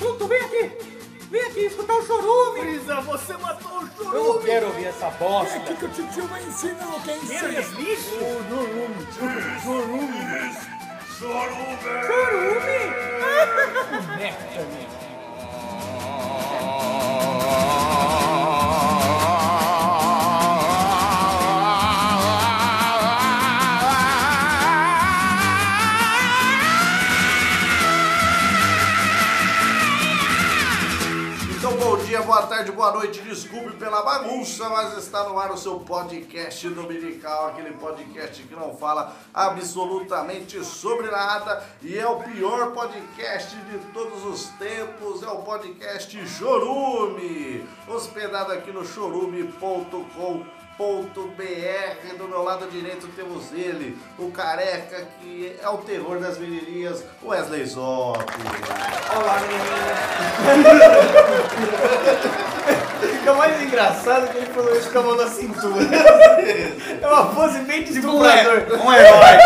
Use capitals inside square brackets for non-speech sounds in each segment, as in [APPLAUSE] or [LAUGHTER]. Pluto, vem aqui! Vem aqui escutar o chorume! Brisa, você matou o Eu não quero ouvir essa bosta! que o tio vai ensinar o que é ensino. lixo? Chorume! Então, bom dia, boa tarde, boa noite. Desculpe pela bagunça, mas está no ar o seu podcast dominical, aquele podcast que não fala absolutamente sobre nada e é o pior podcast de todos os tempos. É o podcast Chorume, hospedado aqui no chorume.com. .br, do meu lado direito temos ele, o careca que é o terror das menininhas, Wesley Zop. Olá, meninas! Fica mais engraçado que ele falou isso com a mão na cintura. É uma pose bem de Um, he- um herói.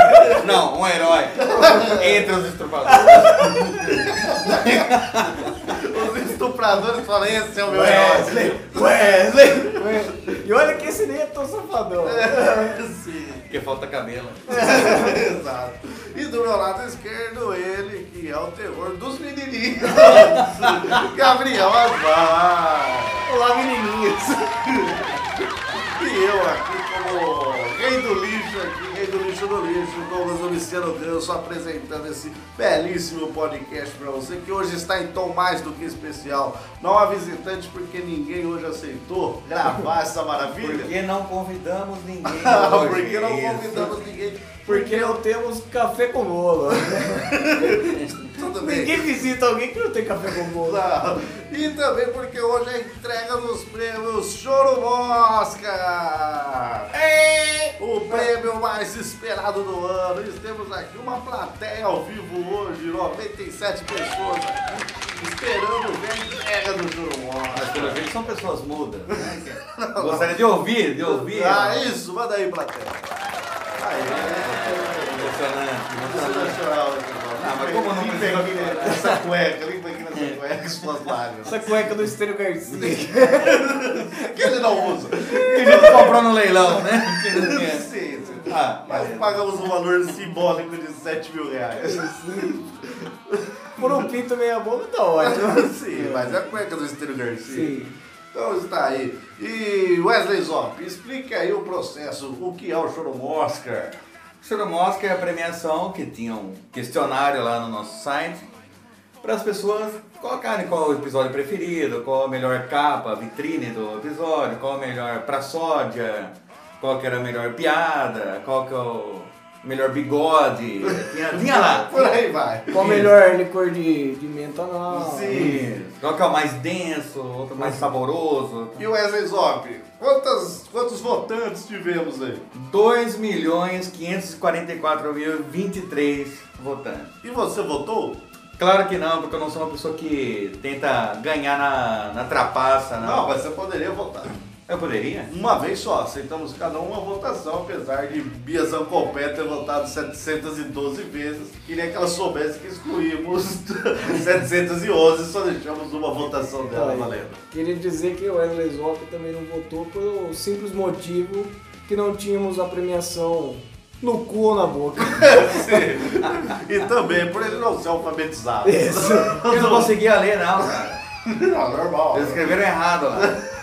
Não, um herói. Entre os estrupadores. Os estupradores falam, esse é o meu herói. Wesley, Wesley. E olha que esse nem é tão safadão. Sim, Porque falta cabelo. exato. E do meu lado esquerdo, ele que é o terror dos menininhos, [LAUGHS] Gabriel Azar. Olá, menininhas! E eu aqui como rei do lixo, aqui, rei do lixo do lixo, Douglas Luciano Ganso, apresentando esse belíssimo podcast pra você, que hoje está em tom mais do que especial. Não há visitante, porque ninguém hoje aceitou gravar essa maravilha. Porque não convidamos [LAUGHS] ninguém Ah, hoje. [LAUGHS] porque não Isso. convidamos ninguém. Porque não temos café com bolo. Tudo bem. Ninguém visita alguém que não tem café com bolo. Não. [LAUGHS] E também porque hoje é a entrega dos prêmios Choro Oscar! O prêmio mais esperado do ano. E temos aqui uma plateia ao vivo hoje, 97 pessoas aqui, esperando ver a entrega do Choro Mas Oscar. pelo jeito são pessoas mudas. [LAUGHS] né? Gostaria de ouvir, de ouvir. Ah, isso, manda aí, plateia. é, Aí, Emocionante, emocionante. Ah, Ah, mas como não limpa aqui precisa- né, essa cueca, limpa aqui nessa cueca suas lágrimas. Essa cueca do Estênio Garcia. Que ele não usa. [LAUGHS] Tem gente que comprou no leilão, [LAUGHS] né? Sim, sim. Ah, Mas pagamos um valor simbólico de 7 mil reais. Por um pinto meia bomba tá ótimo. [LAUGHS] Sim, mas é a cueca do Estênio Garcia. Sim. Então está aí. E Wesley Zop, explique aí o processo, o que é o Chorum Oscar. Choro Oscar é a premiação que tinha um questionário lá no nosso site para as pessoas colocarem qual o episódio preferido, qual a melhor capa, vitrine do episódio, qual a melhor praçódia, qual que era a melhor piada, qual que é o melhor bigode. [LAUGHS] Tinha, tinha lá. Por aí vai. Qual o melhor licor de, de menta não? Sim. Qual que é o mais denso, outro mais saboroso. E Wesley Zop, quantas, quantos votantes tivemos aí? 2 milhões 544 mil 23 votantes. E você votou? Claro que não, porque eu não sou uma pessoa que tenta ganhar na, na trapaça, não. Não, mas você poderia votar. Eu poderia? Uma vez só, aceitamos cada um uma votação, apesar de Bia Zancopé ter votado 712 vezes. Queria que ela soubesse que excluímos [LAUGHS] 711, só deixamos uma votação dela Tá Aí. valendo. Queria dizer que o Wesley Zop também não votou pelo simples motivo que não tínhamos a premiação no cu ou na [LAUGHS] boca. [LAUGHS] e também por ele não ser alfabetizado. Isso. Eu não conseguia ler, não, cara. Não, Tá normal. Eles escreveram errado lá.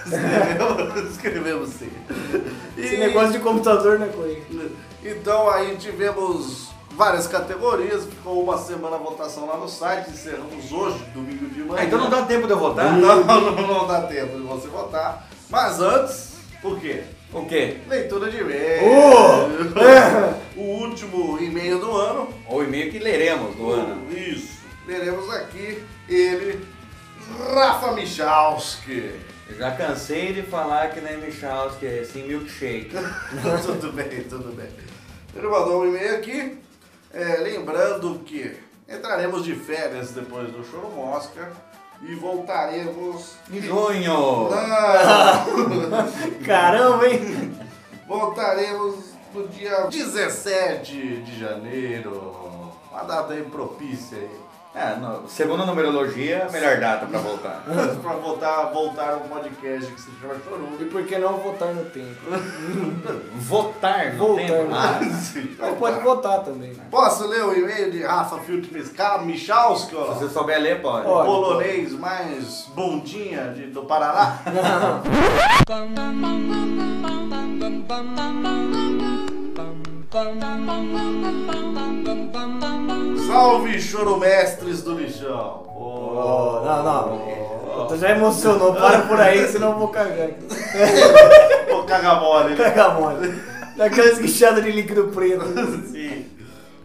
Escrevemos, escrevemos sim. Esse E- negócio de computador não é coisa. Então aí tivemos várias categorias, ficou uma semana a votação lá no site, encerramos hoje, domingo de manhã. Ah, então não dá tempo de eu votar? Não, Tá, não, não dá tempo de você votar. Mas antes, o quê? O quê? Leitura de e-mail. é. o último e-mail do ano. O Um e-mail que leremos do ano. Isso. Teremos aqui ele, Rafa Michalski. [LAUGHS] Eu já cansei de falar que na Michals que é assim milkshake. tudo bem, tudo bem. Ele mandou um e-mail aqui, é, lembrando que entraremos de férias depois do Choro Mosca e voltaremos. Ah, Em [LAUGHS] junho! Não! Caramba, hein? voltaremos no dia 17 de janeiro. Uma data aí propícia aí. [LAUGHS] É, no- segundo a numerologia, a melhor data pra voltar. pra voltar, voltar ao podcast que se chama Chorume. [LAUGHS] E por que não votar no tempo? [LAUGHS] Votar no Voltar. tempo. Ah, Mas tá. pode votar também. Posso ler o e-mail de Rafa Filt Michalski? se você souber ler, pode. Ó. polonês mais bundinha de- do Paraná. Salve choromestres do lixão! Oh, não, não. Tu já emocionou, para por aí, senão eu vou cagar aqui. Ô cagamole, né? Pega a mole. Daquelas guichadas de líquido preto. Sim.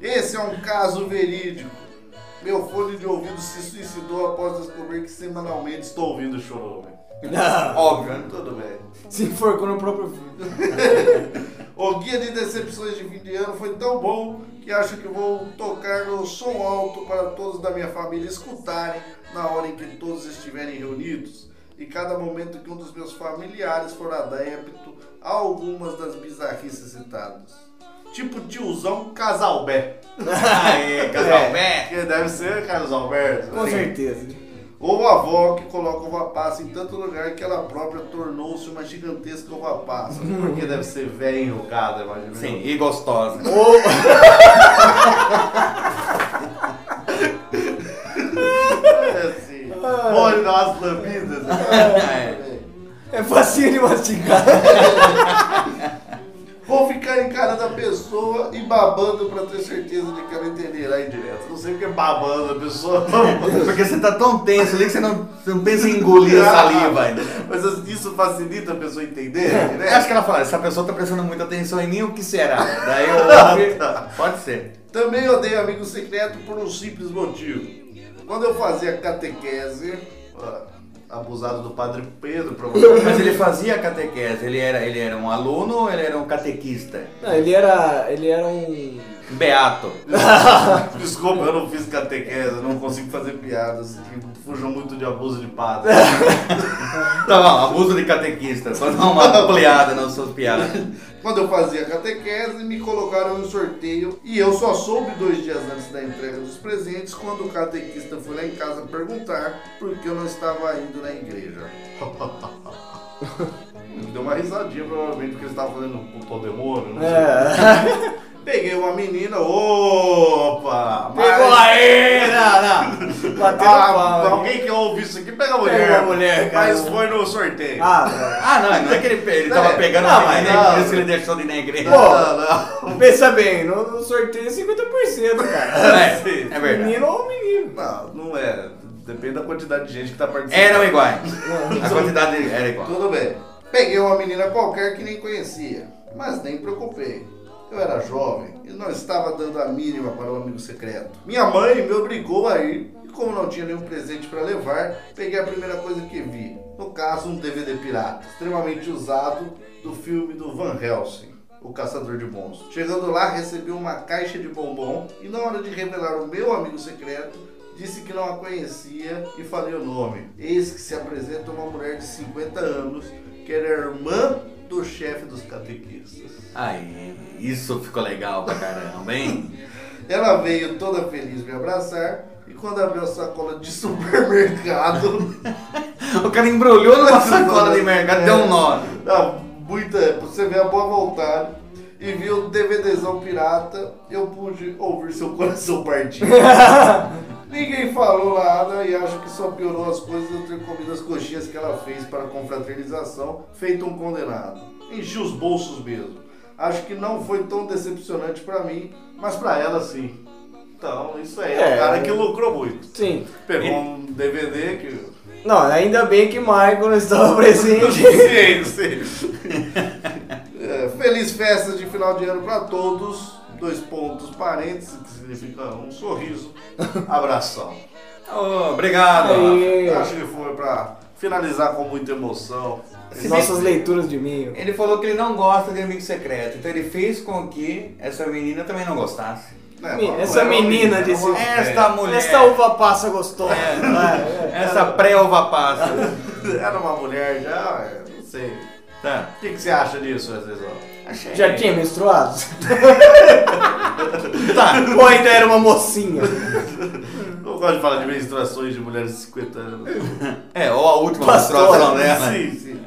Esse é um caso verídico. Meu fone de ouvido se suicidou após descobrir que semanalmente estou ouvindo chorome. [LAUGHS] Óbvio, né? Tudo bem. Se enforcou no próprio filho. O guia de decepções de fim de ano foi tão bom que acho que vou tocar no som alto para todos da minha família escutarem na hora em que todos estiverem reunidos. E cada momento que um dos meus familiares for adepto a algumas das bizarrices citadas. Tipo tiozão Casalbé. Aê, Casalbé! Que deve ser Carlos Alberto. Com né? certeza. Ou a avó que coloca uva passa em tanto lugar que ela própria tornou-se uma gigantesca uva passa. Porque deve ser velha e enrugada, imagina. Sim, e gostosa. É assim. Olha as lambidas. É. É facinho de mastigar. Vou ficar encarando a pessoa e babando pra ter certeza de que ela entenderá em direto. Não sei o que é babando a pessoa. Porque você tá tão tenso ali que você não, você não pensa em engolir a saliva ainda. [LAUGHS] Mas assim, isso facilita a pessoa entender, né? Ah, Eu acho que ela fala, essa pessoa tá prestando muita atenção em mim, o que será? Daí eu ouvi, pode ser. Também odeio amigo secreto por um simples motivo. Quando eu fazia catequese, ó, abusado do padre Pedro, [LAUGHS] provavelmente. Mas ele fazia catequese, ele era, ele era um aluno ou ele era um catequista? Não, ele era. Ele era um. Beato. Desculpa, eu não fiz catequese, eu não consigo fazer piadas que fujam muito de abuso de padre. Tá bom, abuso de catequista, só dá uma ampliada nas suas piadas. Quando eu fazia catequese, me colocaram em um sorteio e eu só soube dois dias antes da entrega dos presentes quando o catequista foi lá em casa perguntar por que eu não estava indo na [LAUGHS] igreja. Deu uma risadinha, provavelmente, porque ele estava fazendo com todo demônio, não sei. É. Peguei uma menina, opa! Pegou mas- aí! Não, não. Bateu Ah, no pau. hein? alguém que ouve isso aqui pega a mulher. a mulher, cara. Mas foi no sorteio. Ah, velho. Ah, não, não é que ele, ele tava É. pegando Não, a menina mas não. e por isso que ele deixou de ir na igreja. Pô. não, não. Pensa bem, no, no sorteio é 50%, cara. É, é verdade. Menino ou menino? Não, não é. Depende da quantidade de gente que tá participando. Eram iguais. A quantidade era igual. Tudo bem. Peguei uma menina qualquer que nem conhecia, mas nem preocupei. Eu era jovem e não estava dando a mínima para o amigo secreto. Minha mãe me obrigou a ir e, como não tinha nenhum presente para levar, peguei a primeira coisa que vi. No caso, um DVD pirata, extremamente usado, do filme do Van Helsing. O Caçador de Monstros. Chegando lá, recebi uma caixa de bombom e, na hora de revelar o meu amigo secreto, Disse que não a conhecia e falei o nome. Eis que se apresenta uma mulher de 50 anos, que era irmã do chefe dos catequistas. Aí, isso ficou legal pra caramba, hein? [LAUGHS] Ela veio toda feliz me abraçar e quando abriu a sacola de [LAUGHS] supermercado, O cara embrulhou numa sacola de mercado, deu um nó. dá muita, é você vê a boa vontade, e viu o DVDzão pirata, eu pude ouvir seu [LAUGHS] coração partir. Ninguém falou nada e acho que só piorou as coisas eu ter comido as coxinhas que ela fez para a confraternização, feito um condenado. Enchi os bolsos mesmo. Acho que não foi tão decepcionante para mim, mas para ela sim. Então, isso aí, é, É. um cara que lucrou muito. Sim. Pegou um DVD que. Não, ainda bem que Michael [LAUGHS] não estava presente. Sim, sim. É, Feliz festas de final de ano para todos. Dois pontos parênteses, que significa um sorriso. Abração. Ô, obrigado. Aí, É. Eu Acho que foi pra finalizar com muita emoção. Se bem- Nossas leituras de mim. Ele falou que ele não gosta de amigo secreto, então ele fez com que essa menina também não gostasse. É, Mi- não essa é uma menina menina, disse- é uma- Esta mulher, Essa uva passa gostosa. É, é. essa pré-uva passa. Era uma mulher já, é, não sei. Tá. O que, que você acha disso, Wesleyzão? Achei. Já tinha menstruado? Tá. Ou ainda era uma mocinha? Não gosto de falar de menstruações de mulheres de 50 anos. É, ou a última Pastora, menstruação dela. Sim, sim.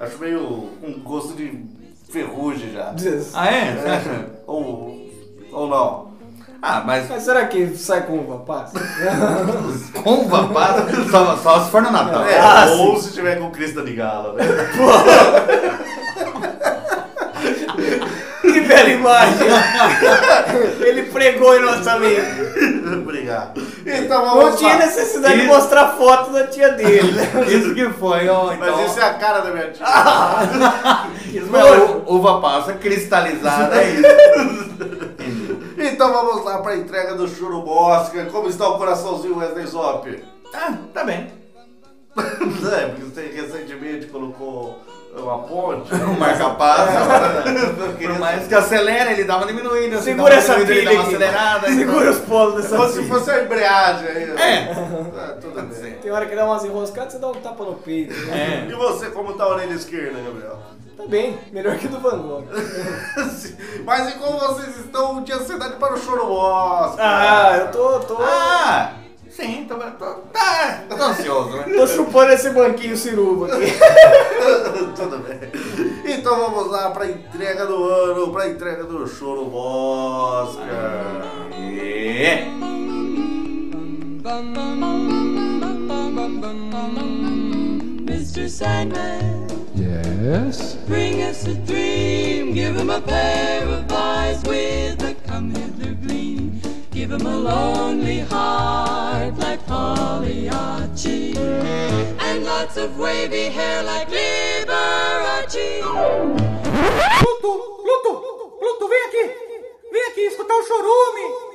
Acho meio um gosto de ferrugem já. Ah, é? Você acha? Ou, ou não. Ah, mas Mas será que sai com uva passa? com uva passa, só, só se for no Natal. É, Ah, ou se tiver com crista de gala, né? [LAUGHS] que bela imagem! Ele pregou em nossa mente. Obrigado. Então Não vamos tinha lá. necessidade de Isso. mostrar foto da tia dele. né? [LAUGHS] Isso que foi, ó. Então, Mas isso é a cara da minha tia. isso é u- uva passa cristalizada, é isso. Então vamos lá pra entrega do Choro Mosca. Como está o coraçãozinho Wesley Zop? Ah, tá bem. [LAUGHS] É, porque você recentemente colocou uma [LAUGHS] ponte. né? É. O marca-passa. Eu Por queria mais que acelera, ele dava diminuindo. assim, Segura dava essa diminuindo, pilha Ele dava aqui. acelerada. ele Segura os polos dessa Como se filha. fosse a embreagem aí. É. Tá, tudo bem. Tem hora que dá umas enroscadas, você dá um tapa no peito. né? É. E você, como tá a orelha esquerda, Gabriel? [LAUGHS] Tá bem, melhor que do Van Gogh. Mas e como vocês estão de ansiedade para o Choro Mosca? Ah, eu tô, tô, Ah, sim, tô, tô, tá, tô ansioso, né? tô chupando esse banquinho ciruba aqui. [LAUGHS] Tudo bem. Então vamos lá pra entrega do ano, pra entrega do Choro Mosca. É. Mr. Sandman, Yes? bring us a dream. Give him a pair of eyes with a come hither gleam. Give him a lonely heart like Pagliacci. And lots of wavy hair like Liberace. Pluto, Pluto, Pluto, vem aqui! Vem aqui escutar o chorume!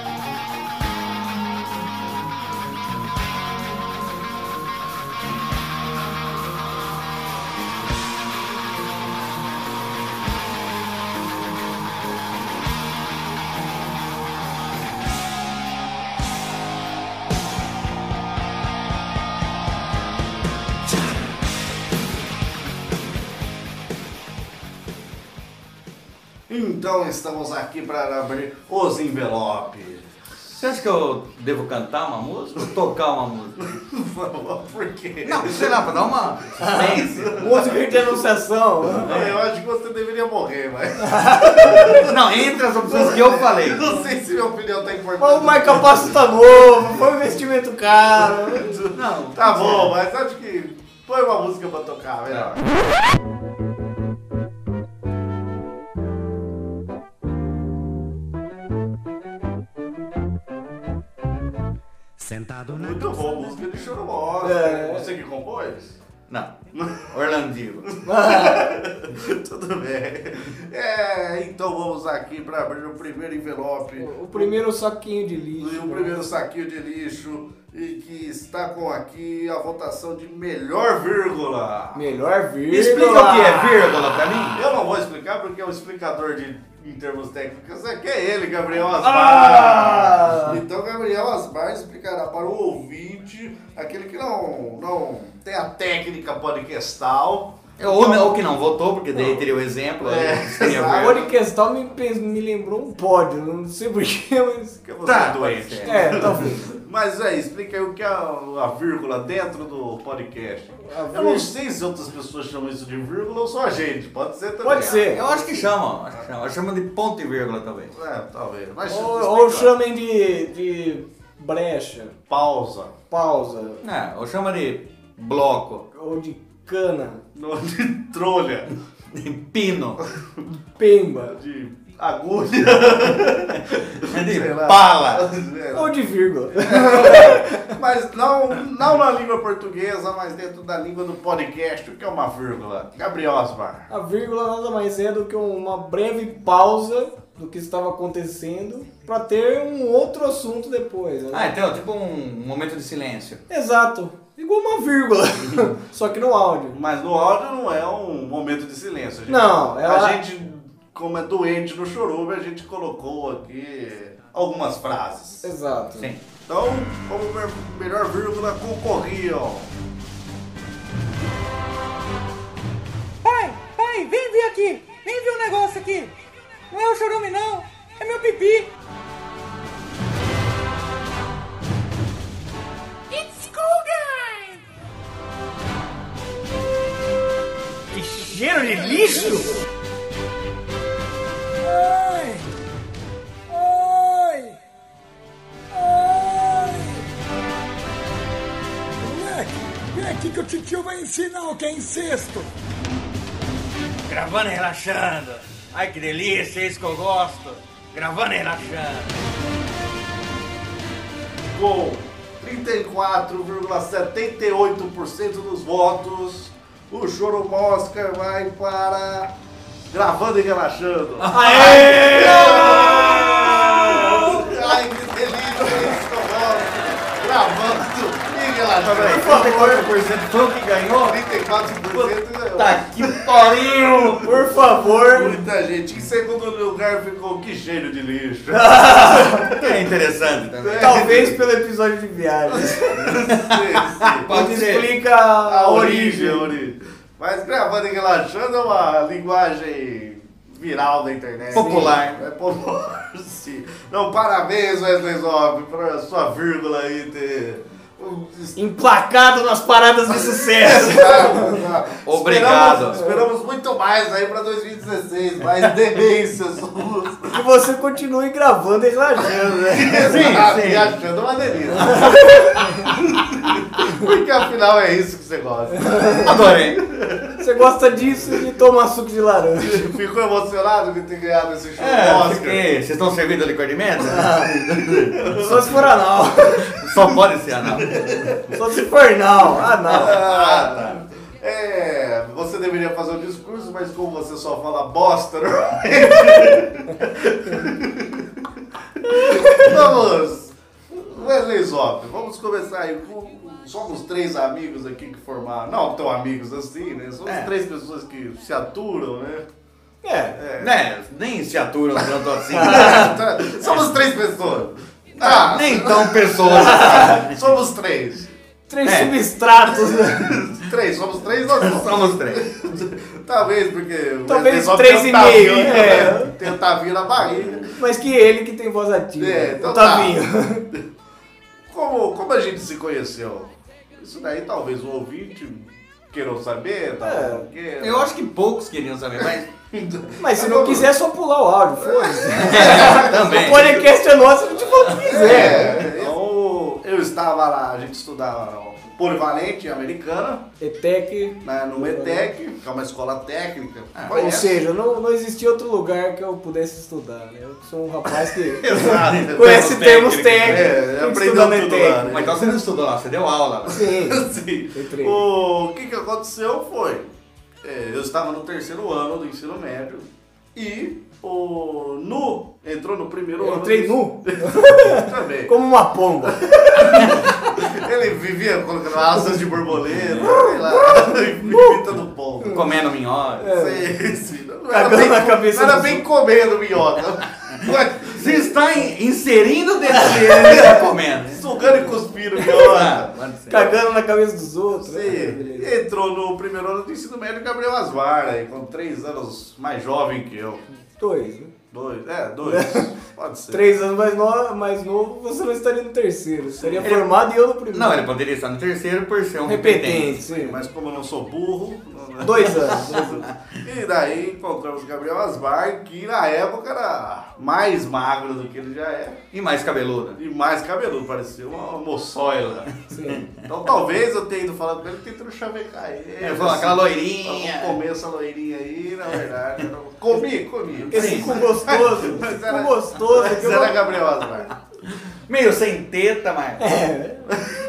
Então estamos aqui para abrir os envelopes. [LAUGHS] Você acha que eu devo cantar uma música ou tocar uma música? Por quê? Não, sei lá, pra dar uma suspense. Música de anunciação. Eu acho que você deveria morrer, mas [LAUGHS] [LAUGHS] Não, entre as opções que eu falei. não sei se minha opinião tá Mas o importante. Marca Passo tá novo, foi um investimento caro. Não. Tá bom, mas acho que põe uma música pra tocar, melhor. Sentado na Muito bom, música de Choro Mosca. Você que compôs? [LAUGHS] Não. Orlandinho. Tudo bem. É, então vamos aqui para abrir o primeiro envelope. O primeiro saquinho de E lixo. é o primeiro saquinho de lixo. E que está com aqui a votação de melhor vírgula. Melhor vírgula. Explica o que é vírgula pra mim. Eu não vou explicar porque é um explicador de, em termos técnicos aqui é ele, Gabriel Asmar. Ah! Então Gabriel Asmar explicará para o ouvinte, aquele que não, não tem a técnica podcastal. É, Ou, não- ou que não votou, porque daí teria o exemplo. né? É, [LAUGHS] aí seria exato. vírgula. O questão me, pens- me lembrou um pódio, não sei porquê, mas. Que eu vou Tá, ser doente. pode ser. É, talvez. Mas é, explica aí o que é a vírgula dentro do podcast. Eu não vírgula. sei se outras pessoas chamam isso de vírgula ou só a gente. Pode ser também. Pode ser. Eu acho que chama, acho que chama. Chama de ponto e vírgula talvez. É, talvez. Mas Ou, explica. ou chamem de, de brecha, pausa. [LAUGHS] pausa, É, ou chama de bloco, ou de cana, No- de [LAUGHS] trolha. de [LAUGHS] pino, pemba, De agulha. né, de Sei lá. pala. É, ou de vírgula. [LAUGHS] mas não, não na língua portuguesa, mas dentro da língua do podcast, o que é uma vírgula? Gabriel Osmar. A vírgula nada mais é do que uma breve pausa do que estava acontecendo para ter um outro assunto depois. né? Ah, é. então, tipo um momento de silêncio. Exato. Igual uma [LAUGHS] vírgula, só que no áudio. Mas no áudio não é um momento de silêncio. gente. Não, ela- A gente, como é doente no chorume, a gente colocou aqui algumas frases. Exato. Sim. Então, como me- melhor vírgula, concorriam. Pai, pai, vem ver aqui. Vem ver um negócio aqui. Não é o chorume, não. É meu pipi. It's school guys! Que cheiro de lixo! Ai! Ai! Ai! Moleque, vem aqui que o titio vai ensinar o que é incesto. Gravando e relaxando. Ai que delícia, é isso que eu gosto. Gravando e relaxando. Com 34,78% dos votos, o Choro Oscar vai para Gravando e [LAUGHS] Relaxando. Ai, que delícia, isso, que eu gosto. Gravando e Relaxando. Por favor, é 34% foi o que ganhou? 34% ganhou. Tá que pariu! Por favor. é Muita gente. Em segundo lugar ficou que cheiro de lixo. [LAUGHS] É interessante também. Talvez pelo episódio de viagem. Pode ser. Explica a A origem. origem, a origem. Mas gravando e relaxando é uma linguagem viral da internet. Popular. Sim, É popular, [LAUGHS] sim. Não, parabéns, Wesley Zop, por sua vírgula aí ter. um Emplacado nas paradas [LAUGHS] de sucesso. Obrigado. Esperamos, esperamos muito mais aí pra 2016. [LAUGHS] Mais demências suas. Que você continue gravando e relaxando, [LAUGHS] né? Ah, Viajando é uma [LAUGHS] delícia. Porque afinal é isso que você gosta. [LAUGHS] Adorei. Você gosta disso e de tomar suco de laranja. Ficou emocionado de ter ganhado esse show É, Oscar. porque vocês estão servindo licor de menta? Ah. Só se for anal. Só pode ser anal. Só se for anal. Anal. Ah, tá. É, você deveria fazer um discurso, mas como você só fala bosta, é? normalmente- [LAUGHS] vamos, Wesley Zop, vamos começar aí com... Somos três amigos aqui que formaram, não tão amigos assim, né? Somos É. três pessoas que se aturam, [LAUGHS] né? É. Né? Nem se aturam tanto assim. Ah. Somos três pessoas. Ah, Nem tão pessoas. assim. somos três. Três É. substratos, né? Três, somos três nós não. Somos três. Talvez, porque. Talvez Wesley Zop três tem e um meio, tavinho, é. né? Tem um tavinho na barriga. Mas que ele que tem voz ativa. É, então o Tavinho. Como, como a gente se conheceu? Isso daí talvez o ouvinte queira saber. Tá? É. Porque... Então, Eu acho que poucos queriam saber, mas [LAUGHS] Mas Tá se não quiser, é só pular o áudio, foda-se. O [LAUGHS] também. podcast é nosso, a gente fala o que quiser. É, então, eu estava lá, a gente estudava no Polivalente, americana, ETEC. né, no ETEC, que é uma escola técnica. Ou Conhece? seja, não, não existia outro lugar que eu pudesse estudar, né? Eu sou um rapaz que Exato. conhece termos Termos técnicos, é, técnicos. tem que aprendeu estudar no tudo ETEC. lá, né? Mas então você não estudou lá, você deu aula. Sim. Sim. Entrei. Assim, O que, que aconteceu foi. é, eu estava no terceiro ano do ensino médio e o Nu entrou no primeiro Eu ano. entrei do- nu, [LAUGHS] Também. como uma pomba. Ele vivia colocando asas de borboleta, sei lá, [LAUGHS] imitando pombo. Comendo minhoca. Sim, sim. assim, Não era É. Cagando bem, na co- cabeça não era dos bem [LAUGHS] comendo minhoca. Mas Você está in- inserindo dentro [LAUGHS] dele está tá comendo. Sugando e cuspindo Ah, minhoca. pode ser. Cagando na cabeça dos outros. Ah, Sim. beleza. Entrou no primeiro ano do ensino médio Gabriel Asmar, aí, com três anos mais jovem que eu. Dois, né? Dois, é, dois. Pode ser. Três anos mais, no- mais novo, você não estaria no terceiro. Estaria é formado e eu no primeiro. Não, ele poderia estar no terceiro por ser um repetente. repetente. sim. Mas como eu não sou burro. não- né? Dois anos. dois anos. E daí encontramos Gabriel Asmar, que na época era mais magro do que ele já é. E mais cabeludo. E mais cabeludo, parecia uma moçoila. Sim. Então talvez eu tenha ido falando com ele tentando chavecar ele. assim, É, falou, aquela loirinha. Vamos comer essa loirinha aí, na verdade. eu não- Comi, comi. Esse cu gostoso. [LAUGHS] Mas Esse era- cu gostoso. Mas que eu- era Gabriel Asmar. Meio sem teta, mas. É,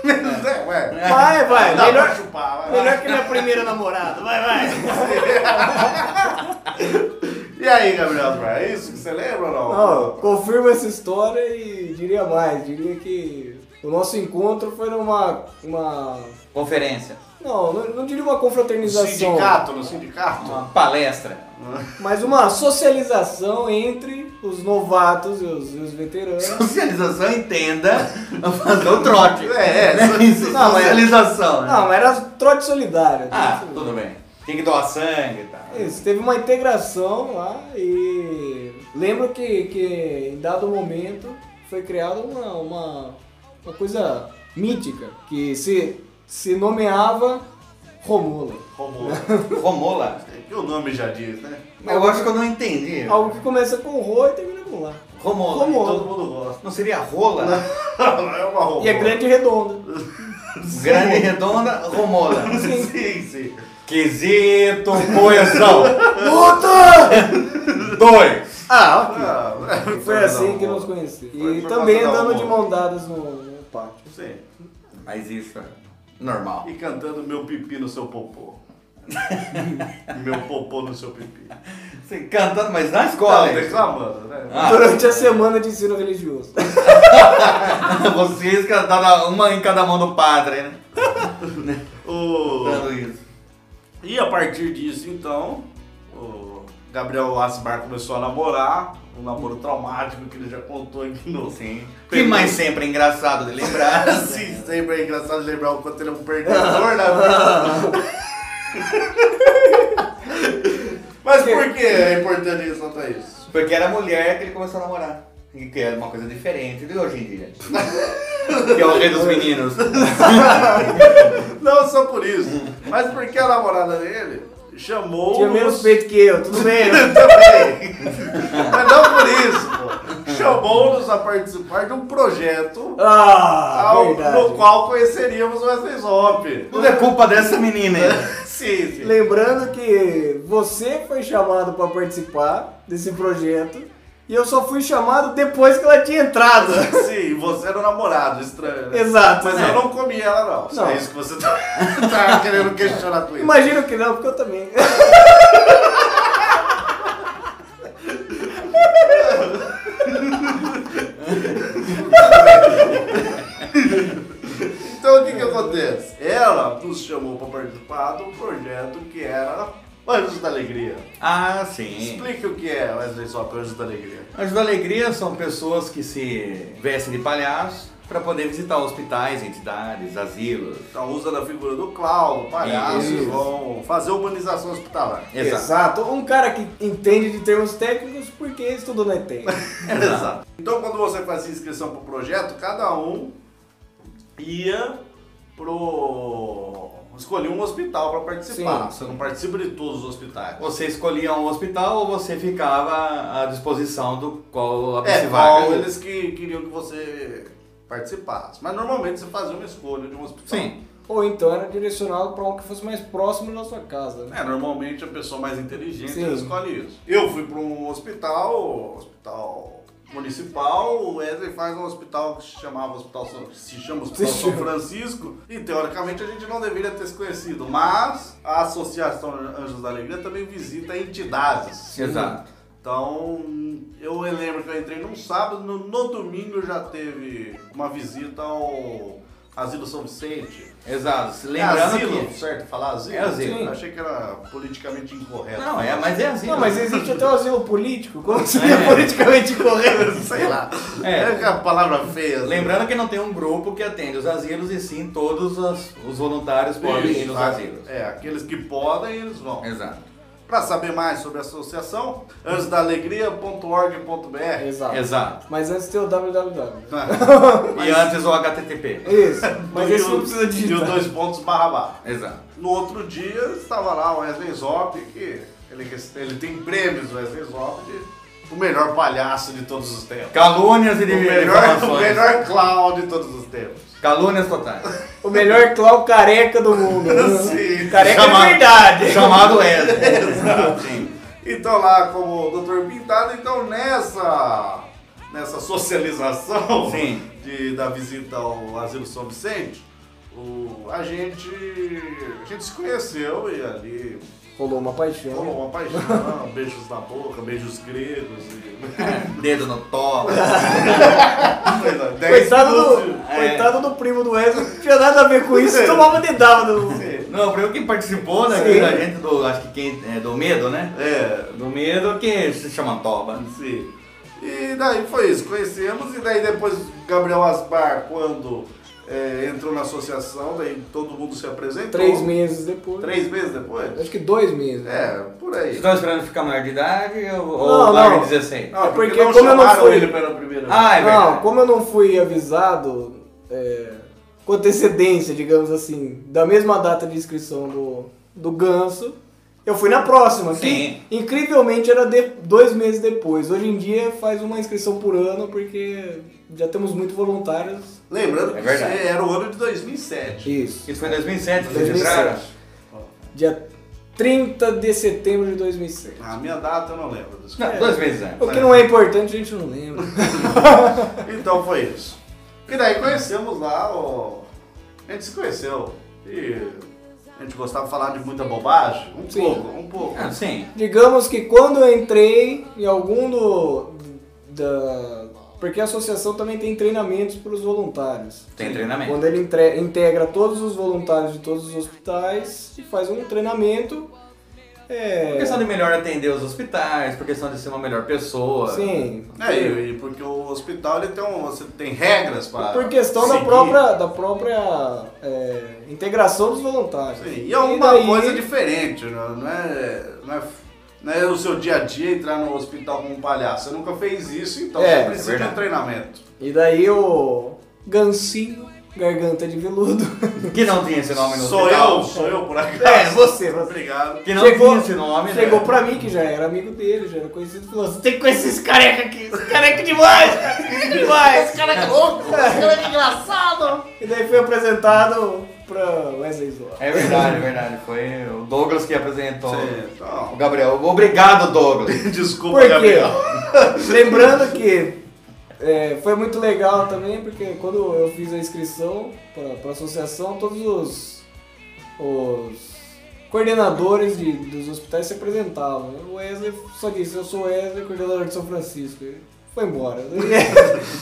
Menos, é, ué. Vai, vai. Dá pra Melhor, chupar, vai. melhor que minha primeira namorada. Vai, vai. E aí, Gabriel Osmar, é isso que você lembra ou não? Não, confirma essa história e diria mais. Diria que o nosso encontro foi numa... Uma... Conferência. Não, não, não diria uma No confraternização. Um sindicato, no sindicato? Uma palestra. Mas uma socialização entre os novatos e os, e os veteranos. Socialização, entenda, fazer o trote. É, é, Né? so- Isso, não, mas- socialização. né? Não, mas era trote solidário. Ah, Isso. tudo bem. Tem que doar sangue e tal. Isso, teve uma integração lá e lembro que, que em dado momento foi criada uma, uma, uma coisa mítica que se, se nomeava Romula. Romulo. Romola. Que o nome já diz, né? Eu acho que eu não entendi. Algo que começa com Rô e termina com Lá. Romola. Romola. Todo mundo gosta. [LAUGHS] Não seria rola? é uma romola. E é grande e [LAUGHS] redonda. Grande e redonda, [LAUGHS] romola. Sim, sim. Quesito, coesão. Puta! Dois. Ah, Ah, ok. Foi assim que nos conhecemos. Foi E por também causa da andando de Rômula. mão dadas no, no pátio. Sim. Mas isso é normal. E cantando meu pipi no seu popô. meu popô no seu pipi. Você cantando, mas na Tá escola. hein? reclamando, né? é [LAUGHS] Ah. Durante a semana de ensino religioso. Vocês cantaram uma em cada mão do padre, né? O- Cantando isso. E a partir disso, então, o Gabriel Asmar começou a namorar. Um namoro traumático que ele já contou aqui no... Sim. Que mais sempre é engraçado de lembrar. Assim, sempre é engraçado lembrar o quanto ele é um perdedor na vida. Mas por que é importante ressaltar isso? Porque era mulher que ele começou a namorar. E que era uma coisa diferente de hoje em [LAUGHS] dia. que é o rei dos meninos. Não só por isso, mas porque a namorada dele chamou. Tinha menos [LAUGHS] peito que eu, tudo bem? né? Também. mas não por isso, pô. Chamou-nos a participar de um projeto Ah, ao- verdade. no qual conheceríamos o Wesley Zop. Tudo é culpa dessa menina. hein? [LAUGHS] Sim, sim. Lembrando que você foi chamado para participar desse projeto e eu só fui chamado depois que ela tinha entrado. [LAUGHS] Sim, você era o namorado, estranho. né? Exato, Mas né? eu não comi ela, não. Se Não. É isso que você tá, [LAUGHS] tá querendo questionar com isso. Imagino que não, porque eu também. Então o que que acontece? Ela nos chamou pra participar de um projeto que era Anjos da Alegria. Ah, sim. Explique o que é Wesley Zop, Anjos da Alegria. Anjos da Alegria são pessoas que se vestem de palhaço para poder visitar hospitais, entidades, asilos. Então usa da figura do Cláudio, palhaço, Isso. vão fazer humanização hospitalar. Um cara que entende de termos técnicos porque estudou na ETEC. Exato. Então quando você fazia inscrição pro projeto, cada um ia pro. escolher um hospital pra participar. Sim. Você não participa de todos os hospitais. Você escolhia um hospital ou você ficava à disposição do qual a É, vaga. qual eles que queriam que você participasse. Mas normalmente você fazia uma escolha de um hospital. Sim. Ou então era direcionado para um que fosse mais próximo da sua casa. né? É, normalmente a pessoa mais inteligente Sim. ela escolhe isso. Eu fui para um hospital, hospital municipal, o Wesley faz um hospital que se chamava Hospital São, que se chama Hospital Se São chama. Francisco, e teoricamente a gente não deveria ter se conhecido, mas a Associação Anjos da Alegria também visita entidades. Exato. Então, eu lembro que eu entrei num sábado, no, no domingo já teve uma visita ao Asilo São Vicente. Exato. É Lembrando asilo, que. certo? Falar asilo? É asilo. Sim. Achei que era politicamente incorreto. Não, é, mas é asilo. Não, mas né? existe até o asilo político, [LAUGHS] como É. seria politicamente correto? [LAUGHS] Sei lá. É. [LAUGHS] É, a palavra feia. assim. Lembrando que não tem um grupo que atende os asilos e sim todos os, os voluntários podem ir nos Isso, a- asilos. É, aqueles que podem, eles vão. Exato. Para saber mais sobre a associação, anjosdaalegria.org.br. [LAUGHS] Exato. Exato. Mas antes tem o www. E antes o HTTP. né? [LAUGHS] Isso, mas esse não precisa de digitar. dois pontos barra barra. Exato. No outro dia estava lá o Wesley Zop, que ele, ele tem prêmios, o Wesley Zop, de o melhor palhaço de todos os tempos. Calúnias e O melhor, o difamações. melhor clown de todos os tempos. Calúnias totais. O melhor clau careca do mundo. né? [LAUGHS] Sim. Careca Chamado- é verdade. Chamado Wesley. Sim. Então lá como o Dr. Pintado, então nessa nessa socialização Sim. de, da visita ao Asilo São Vicente, o- a, gente, a gente se conheceu e ali Rolou uma paixão. rolou uma paixão, [LAUGHS] beijos na boca, beijos gregos e [LAUGHS] Dedo no toba. coisa. dez Coitado minutos. do, É. coitado do primo do Wesley, não tinha nada a ver com [LAUGHS] isso, tomava dedada do. Não, o primeiro que participou, né? Sim. da gente do. Acho que quem. É, do medo, né? É, Do medo que se chama toba. Sim. E daí foi isso, conhecemos, e daí depois o Gabriel Asbar, quando é, entrou na associação, daí todo mundo se apresentou. Três meses depois. Três meses depois? Acho que dois meses. É, por aí. Vocês estão esperando ficar maior de idade ou, Não, ou maior não. de 16? Não, É porque, porque não como eu não chamaram fui- ele pela primeira vez. Ah, é verdade. Não, como eu não fui avisado é, com antecedência, digamos assim, da mesma data de inscrição do, do Ganso, eu fui na próxima, Sim. que incrivelmente era de- dois meses depois. Hoje em dia faz uma inscrição por ano, porque já temos muito voluntários. Lembrando É que verdade. isso era o ano de 2007. Isso. Isso foi em 2007, vocês 2007. entraram? Dia 30 de setembro de 2006. A minha data eu não lembro. disso. Não, dois meses antes. O que não é importante, a gente não lembra. é. Então foi isso. E daí conhecemos lá, o... a gente se conheceu. E a gente gostava de falar de muita bobagem? Um Sim. pouco, um pouco. Ah, sim. Digamos que quando eu entrei em algum do. Da, porque a associação também tem treinamentos para os voluntários. Tem treinamento. Quando ele entre- integra todos os voluntários de todos os hospitais e faz um treinamento. Por É, questão de melhor atender os hospitais, por questão de ser uma melhor pessoa. sim. É, e, e porque o hospital ele tem, um, você tem regras para. Por questão da seguir. própria, da própria é, integração dos voluntários. Sim, e é uma daí- coisa diferente, né? não é, não, é, não é o seu dia a dia entrar no hospital como um palhaço. Você nunca fez isso, então É, você precisa é de um verdade. treinamento. E daí o Gansinho, garganta de veludo. Que não tinha esse nome no Sou hospital. eu, sou eu por acaso. É, você, você. Obrigado. Que não tinha esse nome, chegou né? pra mim, que já era amigo dele, já era conhecido, falou assim, tem que conhecer esse careca aqui. Esse careca é demais, cara. Esse é demais. Esse careca é louco. Esse careca é engraçado. E daí foi apresentado pra Wesley Zola. É verdade, é verdade. Foi o Douglas que apresentou. Sim, então, [LAUGHS] O Gabriel. Obrigado, Douglas. desculpa, Por quê? Gabriel. [LAUGHS] Lembrando que é, foi muito legal também, porque quando eu fiz a inscrição pra, pra associação, todos os, os coordenadores de, dos hospitais se apresentavam. O Wesley só disse, eu sou Wesley, coordenador de São Francisco. E foi embora. [LAUGHS]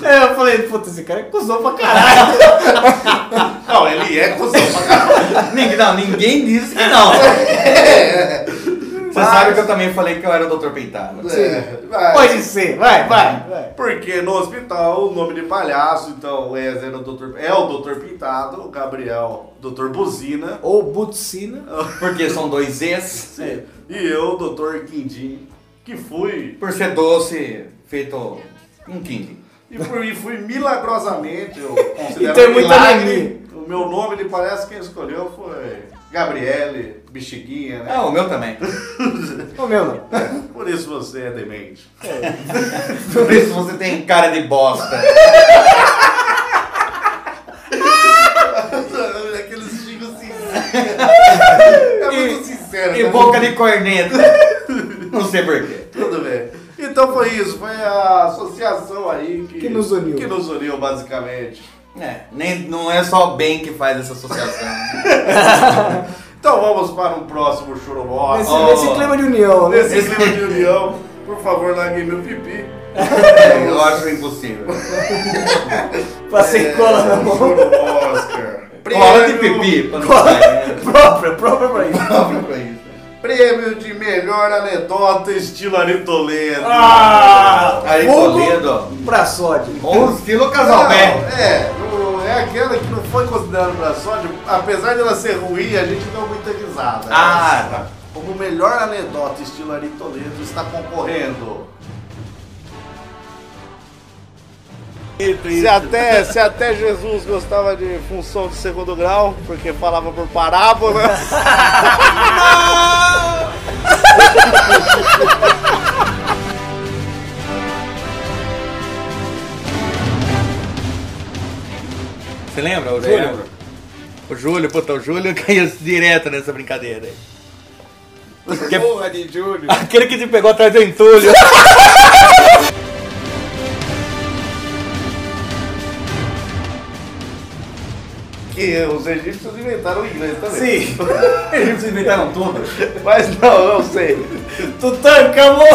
Aí eu falei, puta, esse cara é cuzão pra caralho. Não, ele é cuzão pra [LAUGHS] caralho. Ninguém, não, ninguém disse que não. Você sabe que eu também falei que eu era o Dr. Peitado. É, mas- Pode ser, vai, vai, vai. Porque no hospital, o nome de palhaço, então, o Wesley era o Dr. é o Dr. Pintado, o Gabriel, Dr. Buzina, Ou Butsina. Porque são dois Es. Sim. E eu, Dr. Quindim, que fui Por ser doce, feito um king. e fui, e fui milagrosamente, [LAUGHS] eu E considero tem um muita milagre. alegria. O meu nome, ele parece que quem escolheu foi Gabriele, Bexiguinha, né? Ah, o meu também. Ou meu não. [LAUGHS] Por isso você é demente. Por isso você tem cara de bosta. [LAUGHS] [LAUGHS] Aqueles chicos [LAUGHS] sinceros. É muito sincero. E né? boca de corneta. Não sei porquê. Tudo bem. Então foi isso, foi a associação aí que, Que nos uniu. Que nos uniu, basicamente. É, nem, não é só o bem que faz essa associação. Então vamos para um próximo Chorobó. Nesse, Ó. nesse clima de união, né? Nesse assim, clima de união, por favor, larguem meu pipi. Eu acho impossível. Passei cola na [LAUGHS] mão. Chorobó, um [LAUGHS] Oscar. Cola de Prêmio- pipi. pra não sair, né? Própria, própria pra isso. Prova pra isso. Prêmio de melhor anedota estilo Ari Toledo. Ah! Aí, Fogo Toledo. pra sódio. Bom estilo Não, Casalbé. é, não- é aquela que não foi considerada pra sódio, apesar dela ser ruim, a gente deu muita risada. Ah, tá. Como melhor anedota estilo Ari Toledo está concorrendo. Se até, se até Jesus gostava de função de segundo grau, porque falava por parábola. Você lembra? O Júlio? O Júlio, puta, o [LAUGHS] Júlio caiu direto nessa brincadeira aí. é Porra de Júlio. Aquele que te pegou atrás do entulho. [LAUGHS] que os egípcios inventaram o inglês também. [LAUGHS] Sim. Eles inventaram tudo. Mas não, não sei. Tutankamon!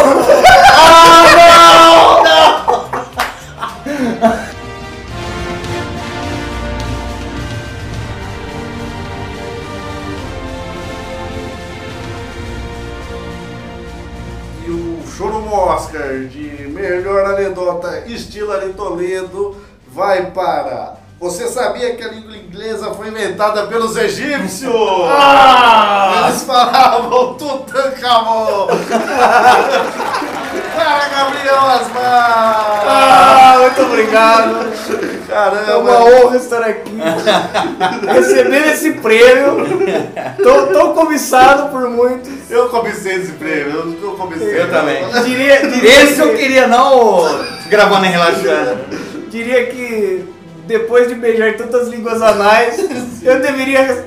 E o Chorumo Oscar de melhor anedota estilo Ari Toledo vai para. Você sabia que a língua inglesa foi inventada pelos [LAUGHS] egípcios? Ah! Eles falavam Tutankamon! [LAUGHS] Cara, Gabriel Asmar! Ah! muito obrigado! Caramba! É uma honra estar [LAUGHS] aqui recebendo esse prêmio tão, tão cobiçado por muitos. Eu comecei esse prêmio, eu, eu comecei. Eu também. Diria, diria, Esse é eu que, queria não o gravando e relaxando. diria que depois de beijar tantas línguas anais, eu deveria